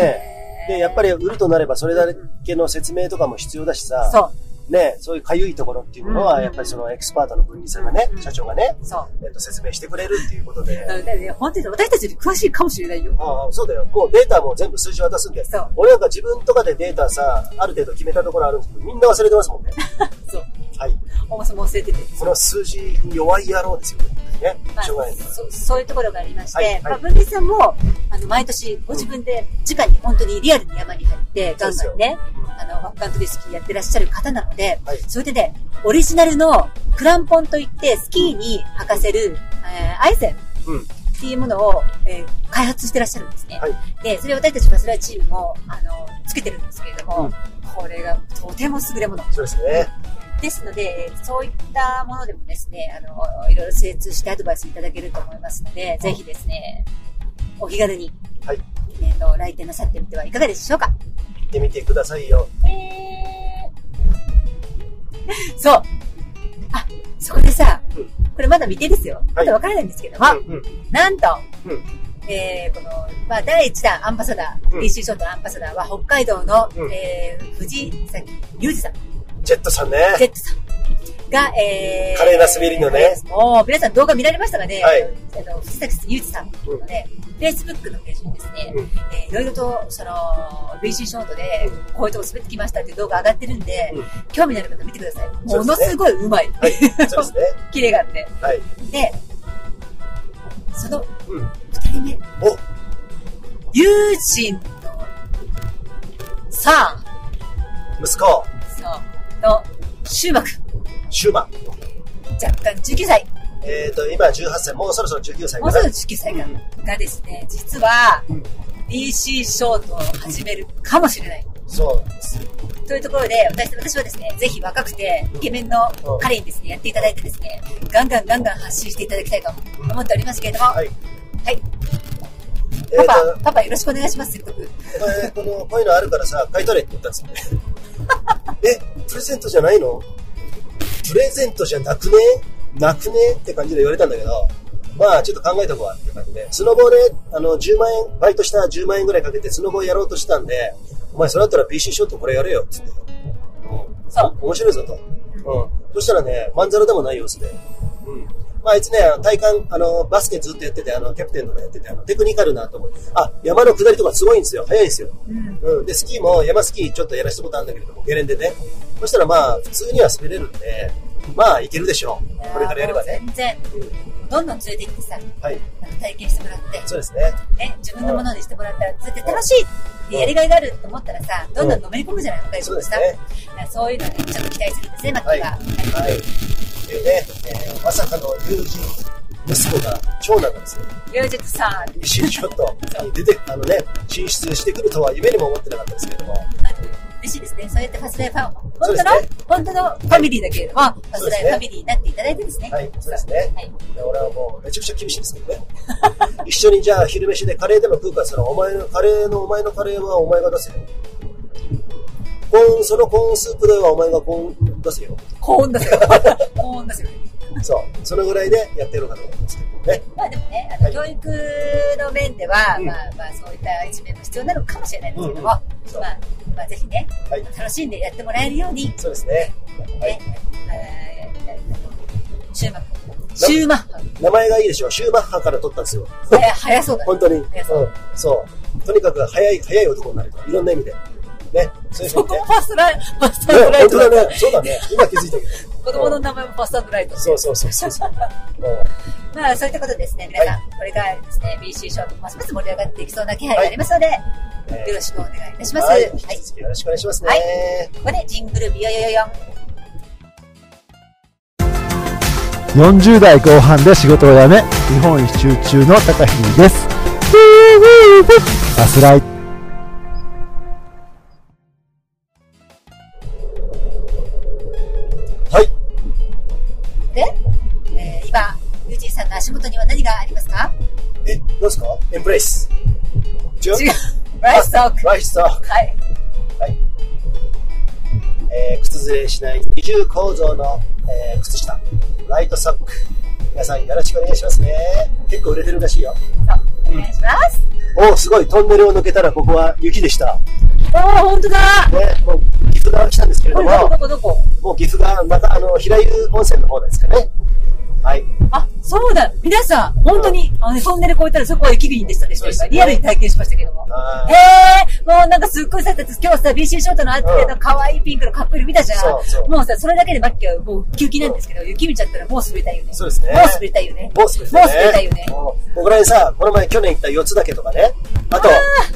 えで、やっぱり売るとなれば、それだけの説明とかも必要だしさ、
そ
ね、そういうかゆいところっていうもの
う
は、
ん
やっぱりそのエキスパートの分離さんがね
う、ん
社長がね、
う、そう。
えっと、説明してくれるっていうことで
だ、からね本当に私たちより詳しいかもしれないよ。
ああ、そうだよ。もうデータも全部数字渡すんで
そう、
俺なんか自分とかでデータさ、ある程度決めたところあるんですけど、みんな忘れてますもんね。
そう。
はい。
おもそも忘れてて。
この数字に弱い野郎ですよね。ね。
まあ
しょうがないから。
そそういうところがありまして、
はいはい
まあ、文理さんも、あの、毎年ご自分で、直に本当にリアルに山に入って、ガンガンね、あの、バックカントリースキーやってらっしゃる方なので、
はい
それでね、オリジナルのクランポンといって、スキーに履かせる、えーアイゼン
うん。
っていうものを、えー開発してらっしゃるんですね。
はい
で、それを私たちバスラーチームも、あの、つけてるんですけれども、
うん
これがとても優れもの。
そうですね。
ですので、えーそういったものでもですね、あの、いろいろ精通してアドバイスいただけると思いますので、ぜひですね、お気軽に、
はい。
えっ、と、来店なさってみてはいかがでしょうか
行ってみてくださいよ。
そう。あ、そこでさ
うん、
これまだ未定ですよ。まだわからないんですけども、
うんうん
なんと、
うん
えーこの、まあ、第1弾アンバサダー、
うん
DC ショートアンバサダーは北海道の、
うん
えー藤崎裕二さん、
ジェットさんね。
Z さんが、えー、
華麗な滑りの
華
ね
麗な滑りもう、皆さん動画見られましたかね、
はい
あの藤崎裕二さんのね、Facebook のページにですね、
うん
えーいろいろと、その、DC ショートで、こういうとこ滑ってきましたっていう動画上がってるんで、
うん
興味のある方見てください。
そう
もの
ですね
すごい上手い。
はい。そうですね。
キレがあって。
はい。
で、その
うん。
2人目、
お、
友人の、さあ、
息子、
そう、の、終幕、
シューマン。
若干19歳、
えっ、と、今18歳、もうそろそろ19歳
も
か
うすぐ。
な
19歳が,、がですね、実は
うん、
BC ショートを始めるかもしれない。
そう。
というところで、私私はですね、ぜひ若くて、イケメンの彼にですね、やっていただいてですね、ガンガンガンガン発信していただきたいと思っておりますけれども、
はい。
はい。
え
パ
ー
パ、
と、
パパよろしくお願いします、せっかく。
お前、この、こういうのあるからさ、買い取れって言ったんです よ。え、プレゼントじゃないのプレゼントじゃなくねなくねって感じで言われたんだけど、まあ、ちょっと考えとこうわって感じで、スノボで、あの、10万円、バイトした10万円ぐらいかけてスノボやろうとしたんで、お前、それだったら BC ショットこれやれよ、っつって。うん。
そう
面白いぞと。うん。そしたらね、まんざらでもない様子で。うん。まあ、あいつね、体幹、あの、バスケずっとやってて、あの、キャプテンとかやってて、あの、テクニカルなと思って、あ、山の下りとかすごいんですよ。速いんですよ。
うん。
うん、でスキーも山スキーちょっとやらせたことあるんだけれどもゲレンデで、ね、そしたらまあ普通には滑れるんでまあいけるでしょうこれからやればね
全然、どんどん連れて行ってさ、
はい
体験してもらって、
そうですね
ね、自分のものにしてもらったら、そうやって楽しいってやりがいがあると思ったらさ、どんどんのめり込むじゃない若い子
そう
も
です
さ。
ね
だからそういうのにちょっと期待するんですね、マッキ
はい
ーは。
はいでね、えーまさかの友人息子が長男がですね
友人さん、
一緒にちょっと出てあのね進出してくるとは夢にも思ってなかったですけども
あの嬉しいですね。そうやってファスライファン、本当
そう
の、
ですね
本当のファミリーだけれども、ファ
そ
スラ
うです
イ
ね
ファミリーになっていただいてですね。
はいそうですね
はい。
で俺はもうめちゃくちゃ厳しいですけどね 一緒にじゃあ昼飯でカレーでも食うからそのお前のカレーのお前のカレーはお前が出せよコーンそのコーンスープ代はお前がコーン出せよ
高温ですよ。 高温ですよ。
そうそのぐらいでやってるのかと思いますけどね
まあでもね、あの、
はい
教育の面では、
うん
まあまあそういった一面も必要なのかもしれないですけども、
うん
まあ
うんそう、
まあぜひね、
はい
楽しんでやってもらえるように、ね、
そうですねはい
えーシューマッハ。シューマッハ。
名前がいいでしょシューマッハから取ったんですよ
えー早そうだね。
本当に、うん
いやそ、
そうとにかく早い早い男になるといろんな意味でねそういう ふう
そ
に
こ
ね
もファスライ、ファス
ね
ライフライ
本
ト
当
だ。
だねそうだね今気づいたけど
子供の名前もファスライフライト。
そうそうそうそうそううん
まあそういったことでですね、皆さん、
は
これからですね、BC ショートますます盛り上がっていきそうな気配がありますので、
えー
よろしくお願いいたします。
は
はいい。
引
こ
き続きよろしくお願いしますね。
はいこでジングルビヨヨヨヨン。
40代後半で仕事を辞め日本一周中の高飛ですバスライ
はい。
で、えー、今、ユージンさんの足元には何がありますか
え、どうですかエンプレイス。違う
違う。ライストーク。
ライストーク。
はい。
はい。えー、靴ずれしない二重構造の、えー、靴下。ライトソック。皆さんよろしくお願いしますね。結構売れてるらしいよ。
そうお願いします。
おーすごい。トンネルを抜けたらここは雪でした。
おー、ほんとだ
ね、もう岐阜側来たんですけれ
こ
ど
れどこど
も、
こどこ
もう岐阜側、またあの、平湯温泉の方ですかね。はい。
あ、そうだ皆さん、本当に、あのね、トンネル越えたらそこは雪国でしたでし
そう
た、
ですね
今リアルに体験しましたけども。
あー
へえー、もうなんかすっごいさ、今日さ、BC ショートのあって
うん
の可愛いピンクのカップル見たじゃん。
そうそう
もうさ、それだけでマッキーはもうウキウキなんですけど、雪見ちゃったらもう滑りたいよね。
そうです
も
ね
う滑りたいよね。
もうすぐ
もう滑りたいよね。
もうここら辺さ、この前去年行った四つ岳とかね。あと、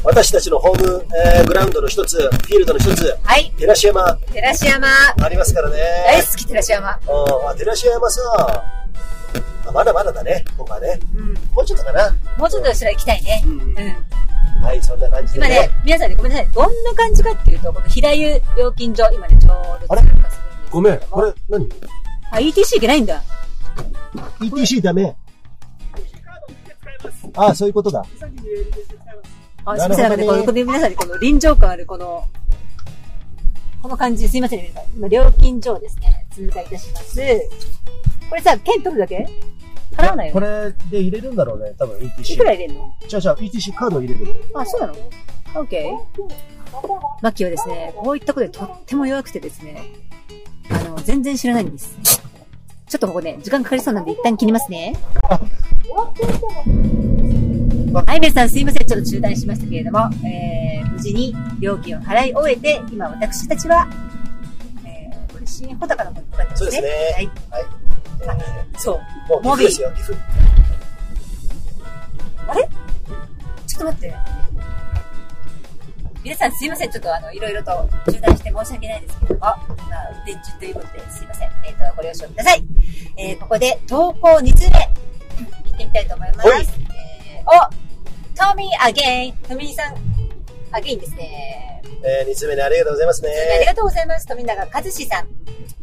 私たちのホーム、えーグラウンドの一つ、フィールドの一つ、
はい、
テラシ山
寺師山。
ありますからね。
大好き寺師山。
うん、あ、テラシ山さ、あまだまだだね、ここはね。
うん。
もうちょっとかな。
もうちょっとしたら行きたいね。
うんうんはい、そんな感じで
今
ね。
ね、皆さんね、ごめんなさい。どんな感じかっていうと、この平湯料金所、今ね、ちょうど
あれ
通過するんですけど
ごめん、これ何
あ、ETC 行けないんだ。
?ETC ダメ。ああ、そういうことだ。
あ、
な
す
る
みま
ほ
せ
どね
ん、なんかね、この、これ皆さんにこの臨場感あるこの、この感じ、すいませんね、皆さん。今、料金所をですね、通過いたします。これさ、券取るだけ払わない
こ
よね。
れで入れるんだろうね、多分 ETC。
いくら入れんの
じゃあじゃあ ETC カードを入れる。
あ、そうなの ?OK。マキはですね、こういったことでとっても弱くてですね、あの、全然知らないんです。ちょっとここね、時間かかりそうなんで一旦切りますね。はい、皆さんすいません。ちょっと中断しましたけれども、えー、無事に料金を払い終えて、今私たちは、えー、これ新穂高のことだったんです
そ
ね。
うですね。
はい。
はい。
そう。
もう岐
モ
阜
ビー
ですよ、岐阜。
あれちょっと待って。皆さんすいません。ちょっとあの、いろいろと中断して申し訳ないですけれども、まあ、電柱ということですいません。えっ、と、ご了承ください。えーここで投稿2通目、行ってみたいと思います。
はい
えーお、トミーアゲイン、トミーさん、アゲインですね。
えー、二つ目にありがとうございますね。
ありがとうございます。富永和志さん。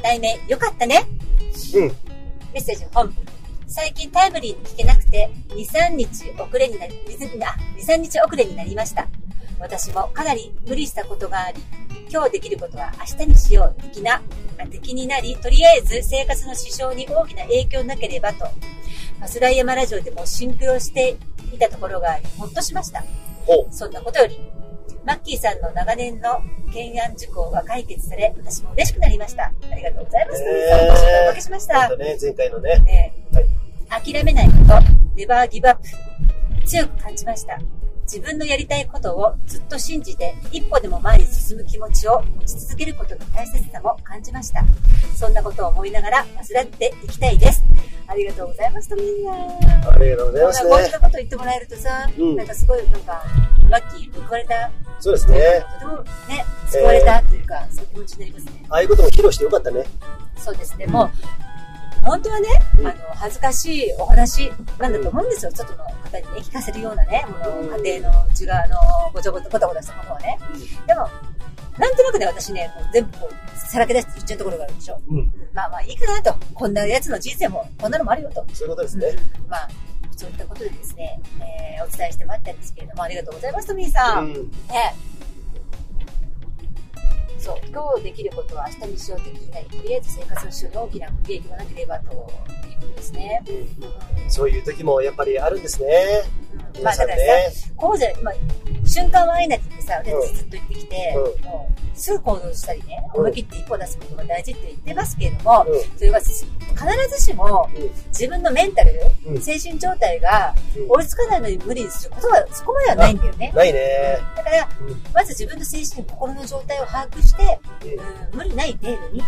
題名、よかったね。
うん。
メッセージ本。最近タイムリーに聞けなくて、2、3日遅れになり、2、3日遅れになりました。私もかなり無理したことがあり、今日できることは明日にしよう的な、あ的になり、とりあえず生活の支障に大きな影響なければと、マスライヤマラジオでもシンクロしていたところがあり、ほっとしました。
ほう。
そんなことより、マッキーさんの長年の懸案事項が解決され、私も嬉しくなりました。ありがとうございます。
え
お
ー
越しをおかけしまし
あ
た
と。ね、前回のね。
ね諦めないこと、ネバーギブアップ、強く感じました。自分のやりたいことをずっと信じて、一歩でも前に進む気持ちを持ち続けることの大切さも感じました。そんなことを思いながら、忘れていきたいです。ありがとうございました、みんな。
ありがとうござい
な
ま
んか
す
こういっ
ね。
たこと言ってもらえるとさ、
うん
なんかすごい、なんか、ラッキー、報われた
そうですね。
とてもね、救われたというか、そういう気持ちになりますね。
ああいうことも披露してよかったね。
そうですね、もう、本当はね、
うん
あの、恥ずかしいお話なんだと思うんですよ。外の方にね、聞かせるようなね、もの、家庭の内側のごちゃごちゃごたごたしたものをね。でも、なんとなくね、私ね、こう全部こう、さらけ出して言っちゃうところがあるでしょ。
うん。
まあまあいいかなと。こんなやつの人生も、こんなのもあるよと。
そういうことですね。
うんまあ、そういったことでですね、えーお伝えしてまいったんですけれども、ありがとうございます、トミーさ。
うんん。
ねそう、今日できることは明日にしよう的になり、とりあえず生活の支障に大きな不利益がなければということですね。
そういう時もやっぱりあるんですね。
うんま
皆
あ
さ
だ
ん
か
ね
らさ、。こうじゃない、まあ、瞬間は会えないってさ、
うん
私ずっと言ってきて、
う
もうすぐ行動したりね、
うん
思い切って一歩出すことが大事って言ってますけれども、
うん
それは必ずしも
うん
自分のメンタル、
うん
精神状態が
うん
追いつかないのに無理にすることはそこまではないんだよね。
ないね。
だから、
うん
まず自分の精神、心の状態を把握して、
うん
うん無理ない程度に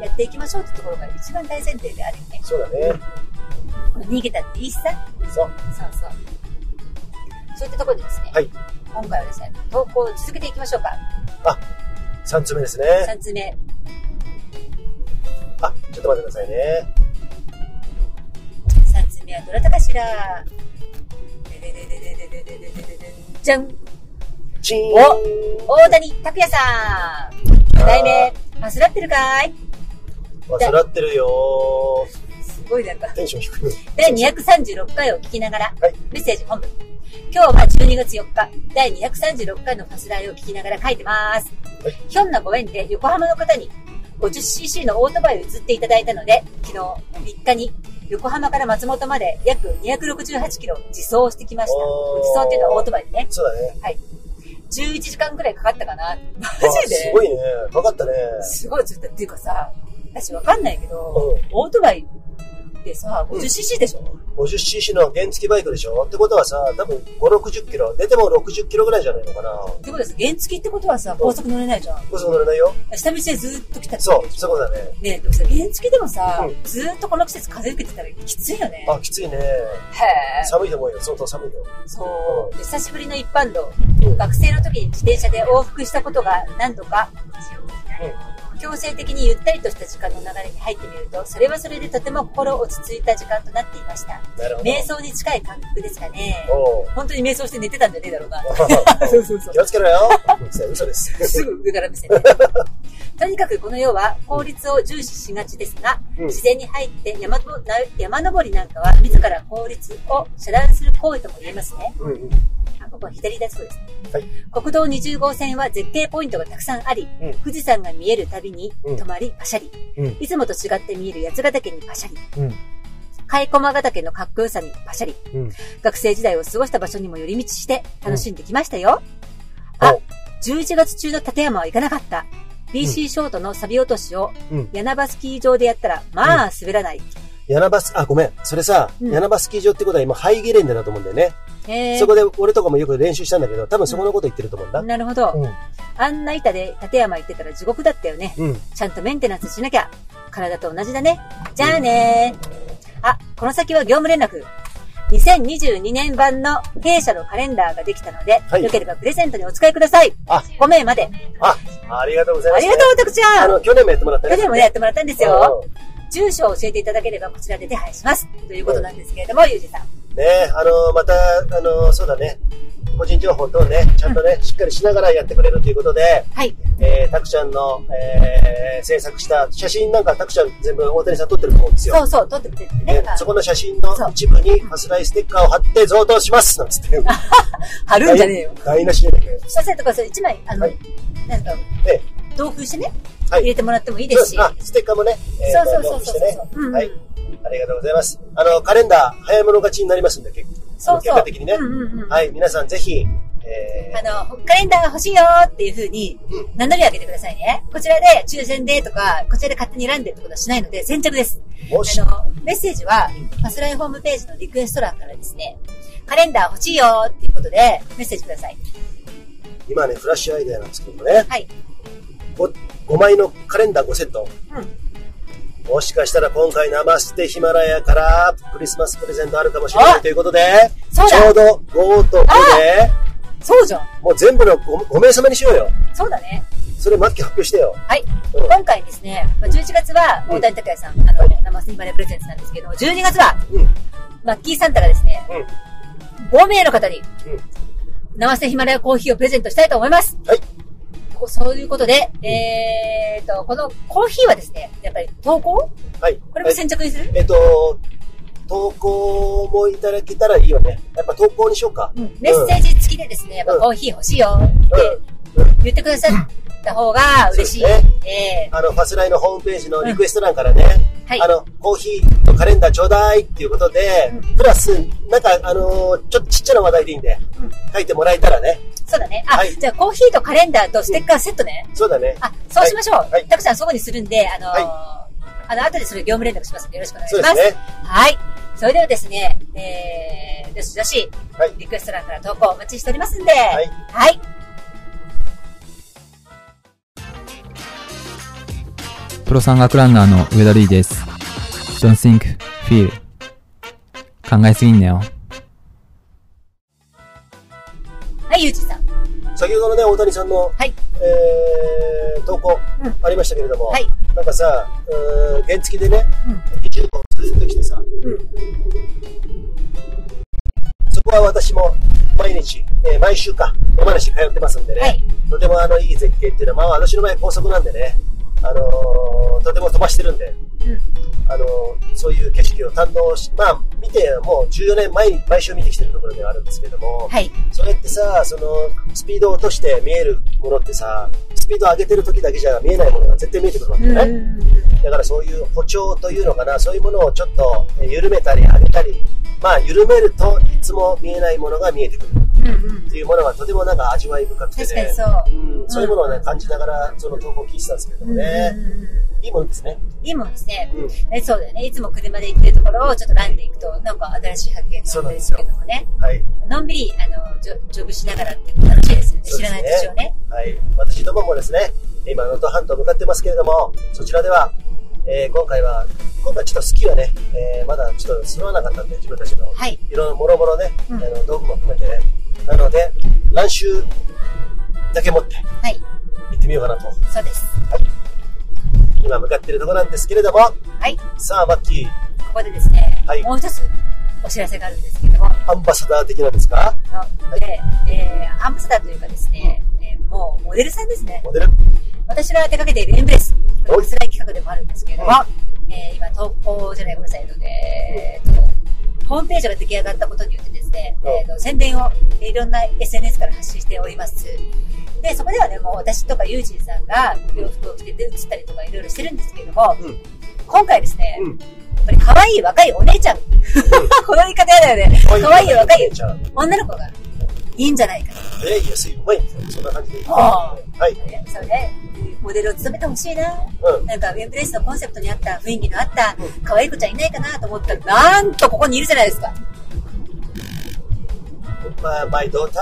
やっていきましょうってところが一番大前提であるよね。
そうだね。
これ逃げたっていいしさ。
そう。
そうそう。そういったところでですね、
はい
今回はですね、投稿を続けていきましょうか。
三つ目ですね。
3つ目。
あ、ちょっと待ってくださいね。
3つ目はどなたかしら。ででででででででででででじゃん
チーン
お大谷拓也さん題名、マスラってるかーい
忘らってるよ
すごいなんか。
ー。テンション低い。
第236回を聞きながら、
はい
メッセージ本文。今日は12月4日、第236回のファスライを聞きながら書いてます。
はい
ひょんなご縁で横浜の方に 50cc のオートバイを譲っていただいたので、昨日3日に横浜から松本まで約268キロ自走してきました。
おー
自走っていうのはオートバイでね。
そうだね。
11時間くらいかかったかな。マ
あ
ジです
ごいね。わかったね。
すごいずっと、っていうかさ、私わかんないけど、
うん
オートバイってさ、50cc でしょ、
50cc の原付バイクでしょってことはさ、多分5、60キロ。出ても60キロぐらいじゃないのかな。
ってことです。原付ってことはさ、高速乗れないじゃん。
こそ乗れないよ。
下道でずっと来たってわ
そ
け
う、
でし
そ
ょ
ういうことだね。
ねえ、でもさ、原付でもさ、
う
ずっとこの季節風受けてたらきついよね。
あ、きついね。
へえ。
寒いと思うよ。相当寒いよ。
そう。久しぶりの一般道。
うん
学生の時に自転車で往復したことが何度か。強制的にゆったりとした時間の流れに入ってみると、それはそれでとても心落ち着いた時間となっていました。
なるほど。
瞑想に近い感覚ですかね。
おう
本当に瞑想して寝てたんじゃねえだろうな。
うん
そうそうそう
気。をつけろよ。 嘘です。
すぐ上から見せて。とにかくこの世は効率を重視しがちですが、
うん
自然に入って山ぼな山登りなんかは自ら効率を遮断する行為とも言えますね。
うんうん。
あここは左だそうです、
はい
国道20号線は絶景ポイントがたくさんあり、
うん
富士山が見えるたびに
うん
止まり、パシャリ、
うん
いつもと違って見える八ヶ岳にパシャリ。
うん
甲斐駒ヶ岳のかっこよさにパシャリ、
うん
学生時代を過ごした場所にも寄り道して楽しんできましたよ。
うん
あ
お、
11月中の立山は行かなかった。BC ショートのサビ落としを
うん
柳場スキー場でやったら、まあ滑らない。
柳バス、あ、ごめん。それさ、
うん
柳バスキー場ってことは今、ハイゲレンデだと思うんだよね。
えー
そこで俺とかもよく練習したんだけど、多分そこのこと言ってると思うんだ。
なるほど、
うん
あんな板で立山行ってたら地獄だったよね。
うん。
ちゃんとメンテナンスしなきゃ。体と同じだね。じゃあねあ、この先は業務連絡。2022年版の弊社のカレンダーができたので、
はい
よければプレゼントにお使いください。
あ
5名まで。
あ、ありがとうござい
あ
ます、
りがとう、たくちゃ
あ
ん
の、去年もやってもらった
去年もね、やってもらったんですよ。
うん
住所を教えていただければこちらで手配します。ということなんですけれども、ゆうじさん。
ねあの、また、あの、そうだね。個人情報等ね、ちゃんとね、しっかりしながらやってくれるということで、
はい。
えー、たくちゃんの、えー、制作した写真なんかたくちゃん全部大谷さん撮ってると思うんですよ。
そうそう、撮ってくれてね。
ね
だから
そこの写真の一部にファスライステッカーを貼って贈答しますなんつって。
貼るんじゃねえよ。
台無しじゃねえかよ。
そしたら、とか、それ一枚、あの
はい、
なんか、
え
同封してね、
えはい
入れてもらってもいいですし。
うんあ、ステッカーもね、
そうそう
同封
そ
し
うそう
てね
うんうん
はい。ありがとうございます。あの、カレンダー、早物勝ちになりますんで、結
そうそう
結果的にね。
うんうんうん
はい、皆さんぜひ、えー、
あの、カレンダーが欲しいよーっていう風に、名乗り上げてくださいね。こちらで抽選でとか、こちらで勝手に選んでってことはしないので、先着です。
もし
あの、メッセージは、パスライホームページのリクエスト欄からですね、カレンダー欲しいよーっていうことで、メッセージください。
今ね、フラッシュアイデアなんですけどもね、
はい。
5, 5枚のカレンダー5セット。
うん。
もしかしたら今回生してヒマラヤからクリスマスプレゼントあるかもしれない
あ
ということで、ち
そうだ
ょうど5と5で、
そうじゃん。
もう全部の 5, 5名様にしようよ。
そうだね。
それ、マッキー発表してよ。
はい。
うん
今回ですね、まあ11月は、
うん
大谷拓也さん、あの、生セミバレープレゼンツなんですけども、12月は、
うん。うん。
マッキーサンタがですね、5名の方に、生瀬ヒマラヤコーヒーをプレゼントしたいと思います。
はい。
こそういうことで、えーっと、このコーヒーはですね、やっぱり投稿
はい。
これも先着にする、
えっと、投稿もいただけたらいいよね。やっぱ投稿にしようか。
うん。メッセージ付きでですね、やっぱコーヒー欲しいよ
う
って言ってくださった方が嬉しい。
そうです
え
あの、ファスライのホームページのリクエスト欄からね、
はい
あの、コーヒーとカレンダーちょうだいっていうことで、プラス、なんか、あのーちょっとちっちゃな話題でいいんで、
うん
書いてもらえたらね、
ーそうだね。あ、
はい
じゃあコーヒーとカレンダーとステッカーセットね。
そうだね。
あ、そうしましょう。
はいはい
たくさんそこにするんで、あのー
はい
あの、後でそれ業務連絡しますんで、よろしくお願いし
そう
ま。
ですすね。
はい。それではですね、えー、どしどし、
はい
リクエスト欄から投稿お待ちしておりますんで、はいはい。
プロ山岳ランナーの上田瑠衣です。Don't think, feel. 考えすぎんなよ。
はい、ゆうちさん。
先ほどのね、大谷さんの、
はい。
えー、投稿
うん
ありましたけれども、
はい
なんかさ、うーん原付でね、
うん
20本ずっと来てさ、
うん。
そこは私も毎日、えー毎週か、山梨通ってますんでね、
はい
とてもあのいい絶景っていうのは、まあ、私の前高速なんでね、あのーとても飛ばしてるんで、あのーそういう景色を堪能し、まあ、見て、もう14年前に、毎週見てきてるところではあるんですけども、
はい。
それってさ、その、スピードを落として見えるものってさ、スピードを上げてる時だけじゃ見えないものが絶対見えてくるわけじゃない、
うん。
だからそういう歩調というのかな、そういうものをちょっとえー緩めたり上げたり、まあ緩めるといつも見えないものが見えてくる
うんうん。
っていうものはとてもなんか味わい深くてね。
確かにそう。
うん、そういうものをね、感じながらその投稿を聞いてたんですけどもね、いいものですね。
いいもんですね。
うん。
えそうだよね。いつも車で行ってるところをちょっとランで行くと、なんか新しい発見
そう
があるん
なんで
です
す
け
よ
どもね。
はい。
のんびり、あの、ジョジョブしながらって楽しいですよね。
そう
知
で
ら
す
な
ね
いでしょうね。
はい。私どももですね、今、能登半島向かってますけれども、そちらでは、えー今回は、今回ちょっとスキーはね、えーまだちょっと揃わなかったんで、自分たちの、
はい。
いろいろもろもろね、
うん
あの道具も含めてね。なので、来週だけ持って
はい。
行ってみようかなと、
そうです。
今向かっているところなんですけれども、
はい。
さあ、マッキー、
ここでですね、
はい
もう一つお知らせがあるんですけども、
アンバサダー的なんですか
ので、えー、アンバサダーというかですね、えーもうモデルさんですね。
モデル
私が手掛けているエンブレス、こ
お
れ
い
スライ企画でもあるんですけれども、えー今投稿じゃない、ごめんなさい、えっとね、えーっと、ホームページが出来上がったことによってですね、
うん
えーっと宣伝をいろんな SNS から発信しております。で、そこではね、もう私とかユージンさんが洋服を着て出写ったりとかいろいろしてるんですけれども、
うん
今回ですね、
うん
やっぱり可愛い若いお姉ちゃ ん、この言い方やだよね。可愛い若い
じゃん。
女の子がいいんじゃないかと。
えー、安い、うまい。そんな感じでいい。
あ
はい。
ねそうね、モデルを務めてほしいな。
うん。
なんか、ウェブレスのコンセプトに合った雰囲気のあった、可愛い子ちゃんいないかなと思ったら、なんとここにいるじゃないですか。
まあ、マイドータ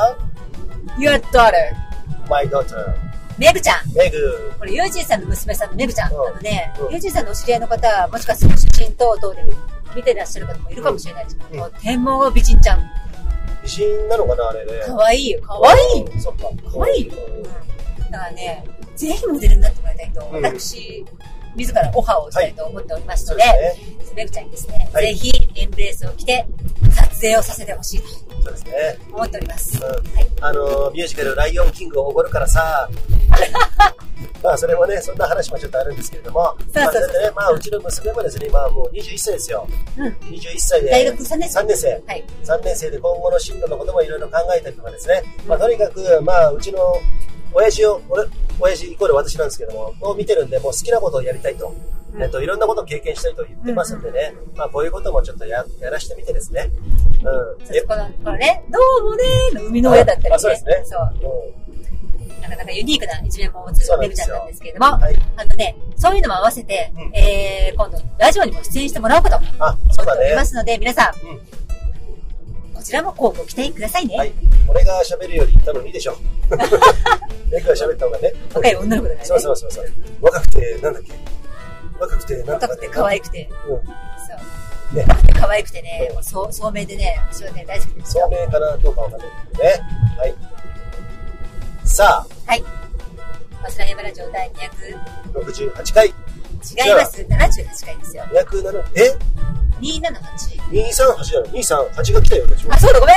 Your daughter,
ーマイドーター。
メグちゃん。
メグ。
これ、ユージンさんの娘さんのメグちゃん。
うん
あのね
う、ん
ユージンさんのお知り合いの方は、もしかすると写真等々で見てらっしゃる方もいるかもしれないですけど、天網美人ちゃん。
美人なのかな、あれね。
可愛いよ、可愛いよ。
いそっか。
可愛いよ。うんだからね、ぜひモデルになってもらいたいと、
うん
私、自らオファーをしたいと思っております
そ
の
う
で、
ですね。
メグちゃんにですね、
はい
ぜひエンブレースを着て撮影をさせてほしいと。
そうですね。
思っております。
うん。あの、ミュージカル、ライオンキングをおごるからさ、 まあ、それもね、そんな話もちょっとあるんですけれども、
そう
まあ、
そうそう
れでね、まあ、うちの娘もですね、今もう21歳ですよ。
うん
21歳で。
大学3年生
3年生。
はい。
3年生で今後の進路のこともいろいろ考えたりとかですね、まあ、とにかく、まあ、うちの親父を、俺、親父イコール私なんですけども、を見てるんで、もう好きなことをやりたいと、
うん
えっと、いろんなことを経験したいと言ってますんでね、まあ、こういうこともちょっとややらしてみてですね、うん。
そうそうこの、このね、どうもねーの生みの親だったりね。
あそうですね
そう。
うん
なかなかユニークな一面も持つ
そうな
め
ん
ぐち
で
ゃ
す
ん
よ
なんですけれども、
はい。
あのね、そういうのも合わせて、
うん
えー、今度、ラジオにも出演してもらおうかと思っ
あ、そうだ
ておりま
ね。
すので、皆さん、
うん
こちらもこうご期待くださいね。
はい。俺が喋るより言ったのにいいでし ょ。レクが喋った方がね。
若い女の子だからね。
そうそうそうそう。若くて、なんだっけ若くて、なんだっけ
若くて可愛くて。
うん。
そう。
ね
若くて可愛くてね
う、ん
もうそう、聡明でね、私はね、大好きです
聡
よ。
明かなどうかわかんないけどね。はい。さあ、
はい。マスラヤマラジオ第200、
68回、
違います。78回ですよ。
207、え
278。
?238 じゃない ?238 が来たよ、私も
あ、。そうだ、ごめん。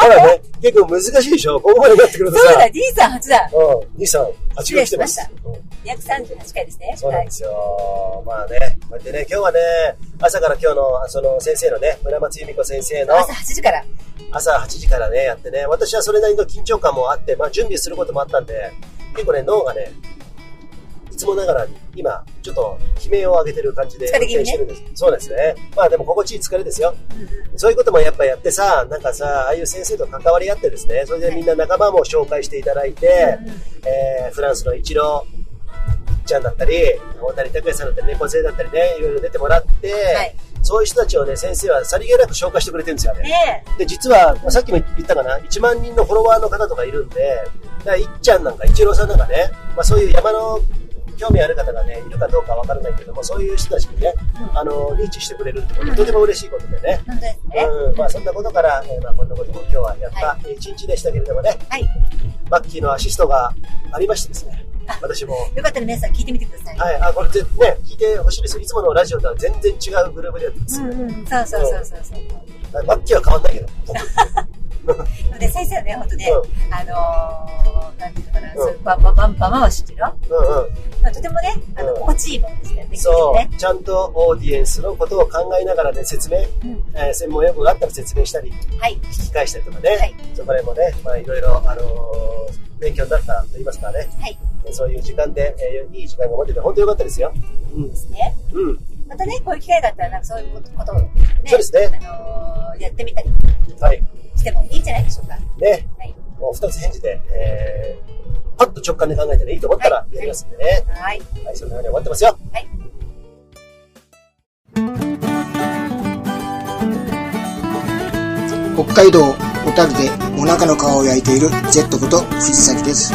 ただね、結構難しいでしょここまでになってくると
そうだ
さ。、
D38 だ。
うん、238が来てま
失礼しました
す。うん
238回ですね。
そうなんですよ。まあね、こうやってね、今日はね、朝から今日の、あその先生のね、村松由美子先生の
はい朝8時から。
朝8時からね、やってね、私はそれなりの緊張感もあって、まあ準備することもあったんで、結構ね、脳がね、いつもながらに、今、ちょっと悲鳴を上げてる感じで
疲れ気味ね
してるんです。そうですね。まあでも心地いい疲れですよ。
うんうん
そういうこともやっぱやってさ、なんかさ、ああいう先生と関わり合ってですね、それでみんな仲間も紹介していただいて、えーフランスのイチローちゃんだったり、大谷拓也さんだったり、猫背だったりね、いろいろ出てもらって、
はい
そういう人たちをね、先生はさりげなく紹介してくれてるんですよね。
ね
で、実は、さっきも言ったかな、1万人のフォロワーの方とかいるんで、だからいっちゃんなんか、一郎さんなんかね、まあそういう山の興味ある方がね、いるかどうかわからないけども、そういう人たちにね、
うん
あの、リーチしてくれるってこと、とても嬉しいことでね。
え、本当ですね。
うん、まあそんなことから、えーまあこんなことも今日はやった
は
一日でしたけれどもね、
はい。
マッキーのアシストがありましてですね、私も、
よかったら皆さん聞いてみてください。
はい、あ、これぜね、聞いてほしいですよ。いつものラジオとは全然違うグループでやってます。
うんうん、そうそうそうそうそう。
マッキーは変わんないけど、
なので先生はね、本当ね、
う
あのー、なんていうのかな、
ん
そういうバババババ回しっていうの、
うんうん。
まあ、とてもね、あの、
うん
心地いいものですね。できて
そ
ね
う、。ちゃんとオーディエンスのことを考えながらね、説明、
うん
えー専門用語があったら説明したり、
はい。
聞き返したりとかね、
はい
そこら辺もね、まあ、いろいろ、あのー勉強になったと言いますからね、
はい。
えーそういう時間で、えーいい時間が持てて、本当によかったですよ。うん
で、すね。
うん、
またね、こういう機会があったら、なんかそういうことをね、
そうですね
あのーやってみたり
はい、
してもいいんじゃないでしょうか。
ね、
はい。
もう二つ返事で、えー、パッと直感で考えてね、いいと思ったら
はい
やりますんでね、
はい。
はい、そんなふうに終わってますよ。
はい。
北海道小樽でモナカの皮を焼いている Z こと藤崎です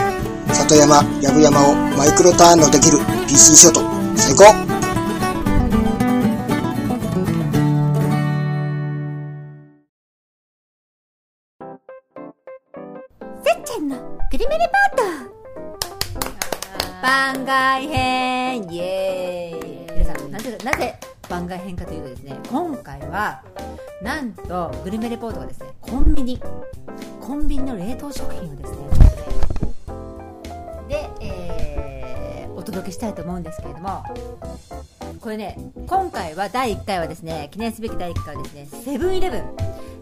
里山やぶ山をマイクロターンのできる PC ショート最高
せっちゃんのグルメレポート番外編イエーイ
皆さん、なぜ、なぜ番外編かというとですね、今回は、なんと、グルメレポートがですね、コンビニ、コンビニの冷凍食品をですね、で、えー、お届けしたいと思うんですけれども、これね、今回は第1回はですね、記念すべき第1回はですね、セブンイレブン、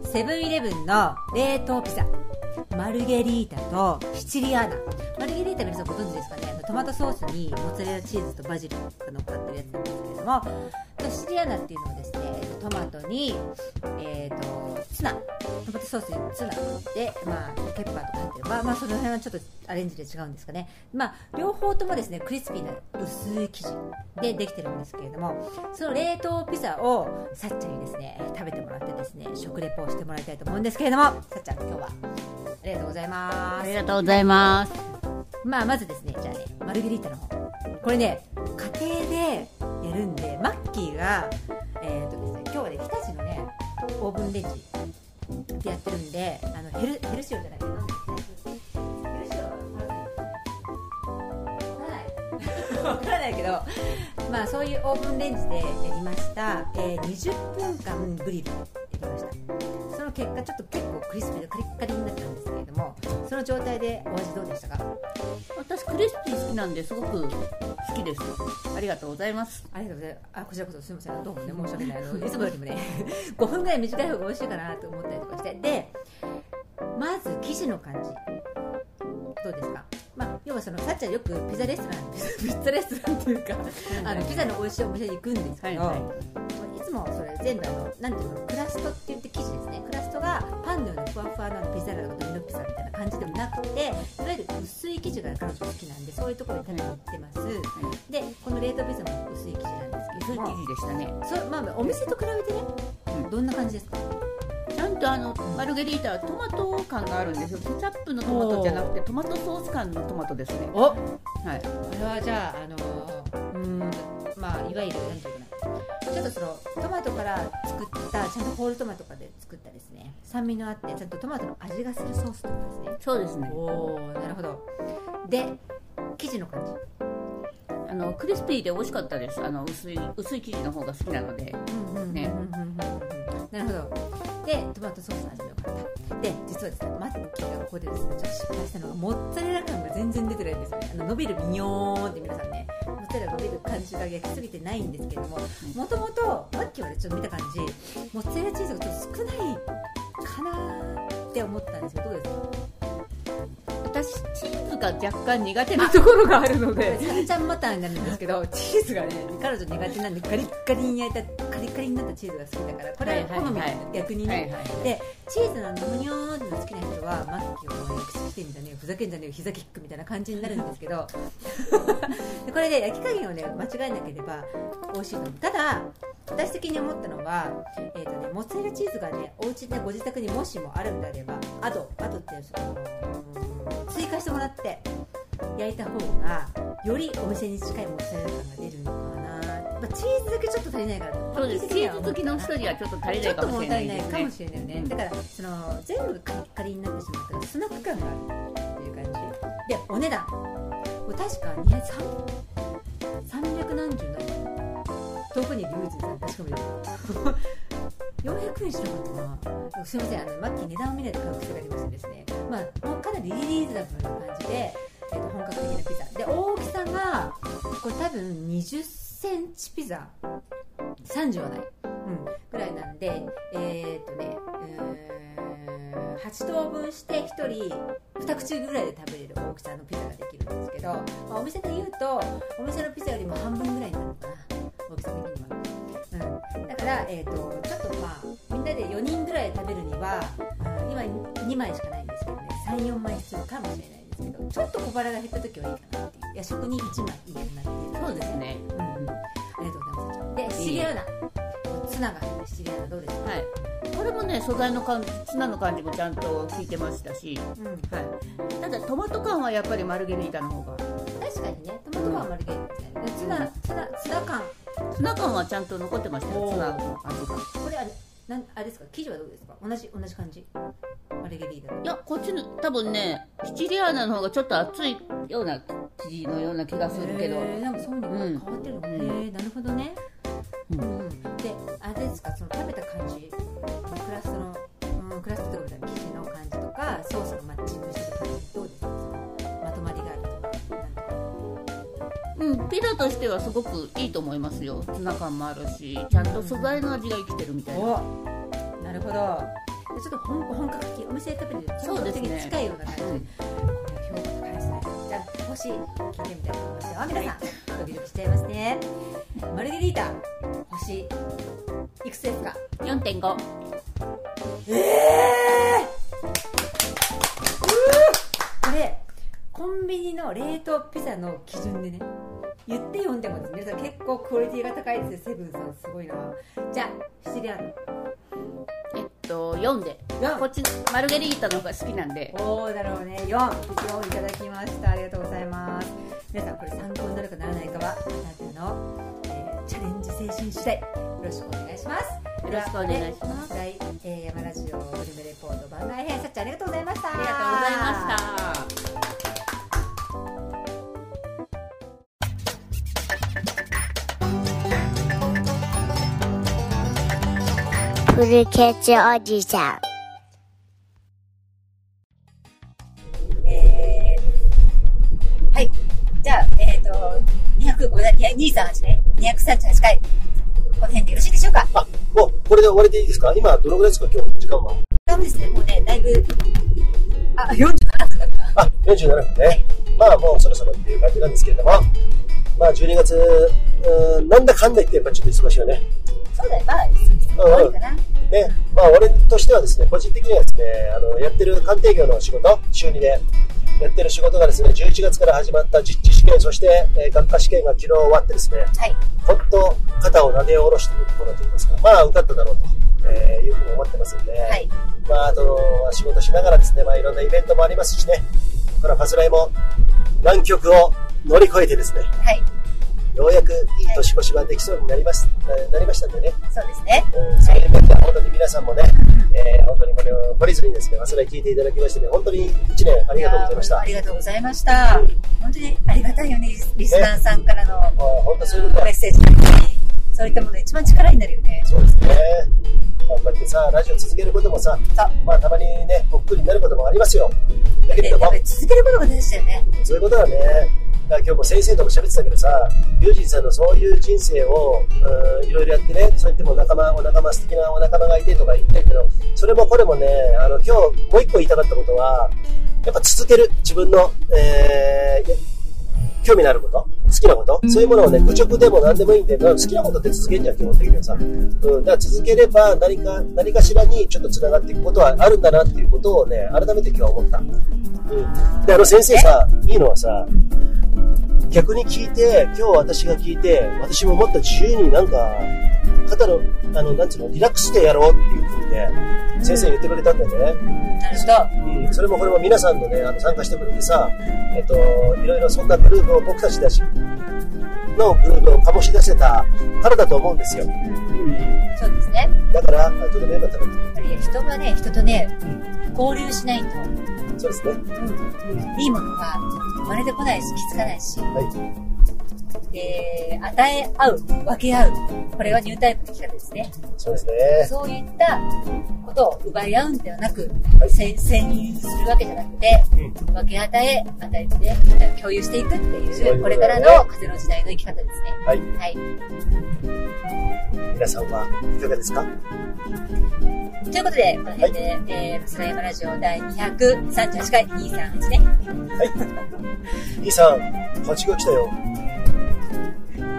セブンイレブンの冷凍ピザ、マルゲリータとシチリアーナ。マルゲリータ皆さんご存知ですかねあのトマトソースにモッツァレラチーズとバジルが乗っかってるやつなんですけれども、とシチリアーナっていうのはですね、えっとトマトに、えっとツナ、トマトソースにツナで、まあ、ケッパーとか入ってる。まあ、まあ、その辺はちょっとアレンジで違うんですかね。まあ、両方ともですね、クリスピーな薄い生地でできてるんですけれども、その冷凍ピザをさっちゃんにですね、えー食べてもらってですね、食レポをしてもらいたいと思うんですけれども、さっちゃん、今日はありがとうございま
あ
す
り。がとうございます
まあまずですねじゃあねマルゲリータの方これね家庭でやるんでマッキーがえっ、とですね今日はね日立のねオーブンレンジでやってるんであのヘルヘルシオじゃないけどヘルシオわからないわからないけどまあそういうオーブンレンジでやりました、えー20分間グリルやりましたその結結果ちょっと結構クリスピーでカリッカリになったんですけれどもその状態でお味どうでしたか
私クリスピー好きなんですごく好きですありがとうございます
ありがとうございますあこちらこそすみませんどうもね申し訳ないあのいつもよりもね5分ぐらい短い方が美味しいかなと思ったりとかしてでまず生地の感じどうですかまあ、要はそのさっちゃんよくピザレストラン ピザレストランっていうかあのピザの美味しいお店に行くんですけど、
はい
いつもそれ全部あのなんていうのクラストって言って生地ですねクラストがパンのようなふわふわなピザとかドミノピザみたいな感じでもなくていわゆる薄い生地が彼女好きなんでそういうところに食べに行ってます、でこの冷凍ピザも薄い生地なんですけ
薄い
ど
生地でしたね
そうまあ、お店と比べてね、
うん
どんな感じですか
ちゃんとあのマルゲリータはトマト感があるんですよケチャップのトマトじゃなくてトマトソース感のトマトですね
おこ
はい
れはじゃああのーうーんまあいわゆるなんていうかなちょっとそのトマトから作ったちゃんとホールトマトとかで作ったですね酸味のあってちゃんとトマトの味がするソースとかですね
そうですね
おおなるほどで生地の感じ
あのクリスピーで美味しかったですあの薄い薄い生地の方が好きなので
ね、なるほどでトマトソースの味も良かったで実はですねマッキーがここでですねちょっと失敗したのがモッツァレラ感が全然出てないんですよねあの伸びるビヨーンって皆さんねモッツァレラが伸びる感じが焼きすぎてないんですけどももともとマッキーはねちょっと見た感じモッツァレラチーズがちょっと少ないかなーって思ったんですけどどうですか
私チーズが若干苦手なところがあるの で
サラちゃんマターンなんですけ どチーズがね彼女苦手なんでガリッガリに焼いたカリカリになったチーズが好きだからこれは好み
はいはいはい
逆にね、
はいはいはい
でチーズのむにょーんの好きな人はマッキーを焼きしてんじゃねえよふざけんじゃねえよ膝キックみたいな感じになるんですけど でこれで焼き加減をね間違えなければ美味しいと思うただ私的に思ったのは、えーとね、モッツァレラチーズがねお家でご自宅にもしもあるんであればあとあとっていうその追加してもらって焼いた方がよりお店に近いモッツァレラ感が出るのかな、まあ、チーズだけちょっと足りないから
そうです
パ
チ
ン生地
ーズ好きの人にはちょっと足り
ち
な
ょ
い
っ
か
と
も
物
しれな
足
い
りな
で
い
す
かも
ね
しれないよ
う
ね
ん
だからその全部カリッカリになってしまったからスナック感があるっていう感じでお値段もう確か2 3 0何十何遠くにいる友人さん確かめてる400円しなかったかなすいませんあのマッキー値段を見ないで買う癖がありましてですねまあかなりリーズナブルな感じで、えっと本格的なピザで大きさがこれ多分20センチピザ30はない、うん、ぐらいなんでえーっとねうーん8等分して1人2口ぐらいで食べれる大きさのピザができるんですけど、まあ、お店で言うとお店のピザよりも半分ぐらいになるのかな大きさ的には。うんだから、えー、とちょっとまあみんなで4人ぐらい食べるにはうん今2枚しかないんですけどね34枚必要かもしれないんですけどちょっと小腹が減った時はいいかなっていう夜食に1枚いいかなっていう
そうですね
うんうん、ありがとうございます。で、シリアーナ、ツナが入ったシリアーナどうですか？
はいこれもね素材の感じツナの感じもちゃんと効いてましたし、
うん、
はい、ただトマト感はやっぱりマルゲリータの方が
確かにね、トマトはマルゲリータね。ツナ、ツナ、ツナ感、
ツナ感はちゃんと残ってましたよツナの味が
これあれ、なんあれですか？生地はどうですか？同じ同じ感じ？マルゲリータの。
いやこっちの多分ねシチリアーナの方がちょっと熱いような生地のような気がするけど、
へーなんかそういうのが変わってるのね、
うん
へーなるほどね、
う
うんんであれですかその食べた感じクラスの、うん、クラスってことだ生地の感じとかソースがマッチングしてる感じどうですかまとまりがあるとかなんとか
うん、ピザとしてはすごくいいと思いますよツナ感もあるしちゃんと素材の味が生きてるみたいな、
おなるほどちょっと本本格的お店で食べてる
そうです
本格
ね
的に近いような感じ、
うん
これは評価高いですねじゃあもし聞いてみたいと思いますよ皆さん、ドキドキしちゃいますねマルゲリータ星いくつですか
4.5
これコンビニの冷凍ピザの基準でね言って4.5です皆さん結構クオリティが高いですよセブンさんすごいなじゃあシチリアーノ
えっと4で
4
こっちマルゲリータの方が好きなんで
おおだろうね44いただきましたありがとうございます皆さんこれ参考になるかならないかはあなたの、えーチャレンジ精神次第よろしくお願いします
よろしくお願いします
ではね今回、えー、山ラジオグルメレポート番外編さっちゃんありがとうございました
ありがとうございました
フルケツおじさん
100、ごめんなさい、238ね。238回。この辺でよろしいでしょうか。
あ、もう、これで終わりでいいですか今、どのぐらいですか今日、時間は。
多分ですね、もうね、だいぶ、あ、47分だった。
あ、47分ね。まあ、もうそろそろっていう感じなんですけれども、まあ、12月、うーん、なんだかんだ言って、やっぱちょっと忙しいよね。
そうだよ、まあ、そう
う
だ
んう
よ
ん
かな。
ね、まあ、俺としてはですね、個人的にはですね、あの、やってる鑑定業の仕事、週2で、やってる仕事がですね、11月から始まった実地試験、そして、えー学科試験が昨日終わってですね、
はい。
本当肩を撫で下ろしているところといいますかまあ受かっただろうと、えーいうふうに思ってますんで、
はい。
まああと仕事しながらですねまあいろんなイベントもありますしねこのファスライも難局を乗り越えてですね
はい。
ようやくいい年越しができそうになりますななりましたんでね、
そうですね。
うん、そういう面では本当に皆さんもね、えー本当にこれを懲りずにですねファスライ聞いていただきましてね本当に1年ありがとうございまし
やー
た
ありがとうございました。本当にありがたいよね、リスナーさんからの
まあ本当そういうことは
メッセージ。そういったもの一番力になるよね。
そうですね頑張ってさラジオ続けることもさ
そう。
まあたまにね、ぽっくりになることもありますよ。だけ
で
れ
や
ど
っ
も
ぱ、り続けることが大事だよね。
そういうことだね。だから今日も先生とも喋ってたけどさ、ユージンさんのそういう人生を、うんいろいろやってね、そうやっても仲間、お仲間、素敵なお仲間がいてとか言ってるけど、それもこれもね、あの、今日もう一個言いたかったことは、やっぱ続ける、自分の、えー興味のあること、好きなこと、そういうものをね、愚直でも何でもいいんで、まあ好きなことって続けるじゃん、基本的にはさ。うん、だから続ければ何か、何かしらにちょっと繋がっていくことはあるんだなっていうことをね、改めて今日思った。うん。で、あの先生さ、いいのはさ、逆に聞いて、今日私が聞いて、私ももっと自由になんか、肩の、あの、なんつうの、リラックスしてやろうっていうふうにね、先生言ってくれたんだよね。
なるほど。
うん、それもこれも皆さんのね、あの参加してくれてさ、えっと、いろいろそんなグループを僕たちだし、のグループを醸し出せたからだと思うんですよ。
そうですね。
だから、あちょっとメンバー食べて、
やっぱり人がね、人とね、交流しないと、
そうですね。
いいものが生まれてこないし、気づかないし、
は
で、与え合う、分け合う。これはニュータイプの企画ですね。
い、そうですね。
そういったことを奪い合うんではなく、
はい
せ占有するわけじゃなくて、
うん
分け与え、与えて、共有していくって
そうい
い
うことだね
う、これからの風の時代の生き方ですね。
はい、
はい。
皆さんはいかがですか
ということで、この辺で、えー、スライマラジオ第238回、238ね。
?E さん、蜂が来たよ。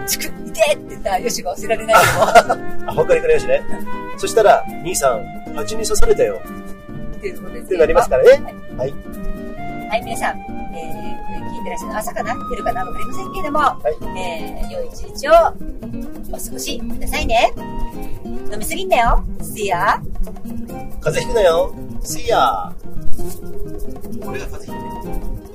チクッ、痛えって言ったら、よしが忘れられないよ。
あ、他に行かないしね。そしたら、兄さん、蜂に刺されたよ。
っていうことで
っ
す
てなりますからね。はい。
はい、皆さん、えー、これ聞いてらっしゃる朝かな夜かなわかりませんけれども、
い
えー、良い一日をお過ごしくださいね。飲みすぎんなよ。See ya!
風邪ひくなよ。See ya! 俺が風邪ひいてる。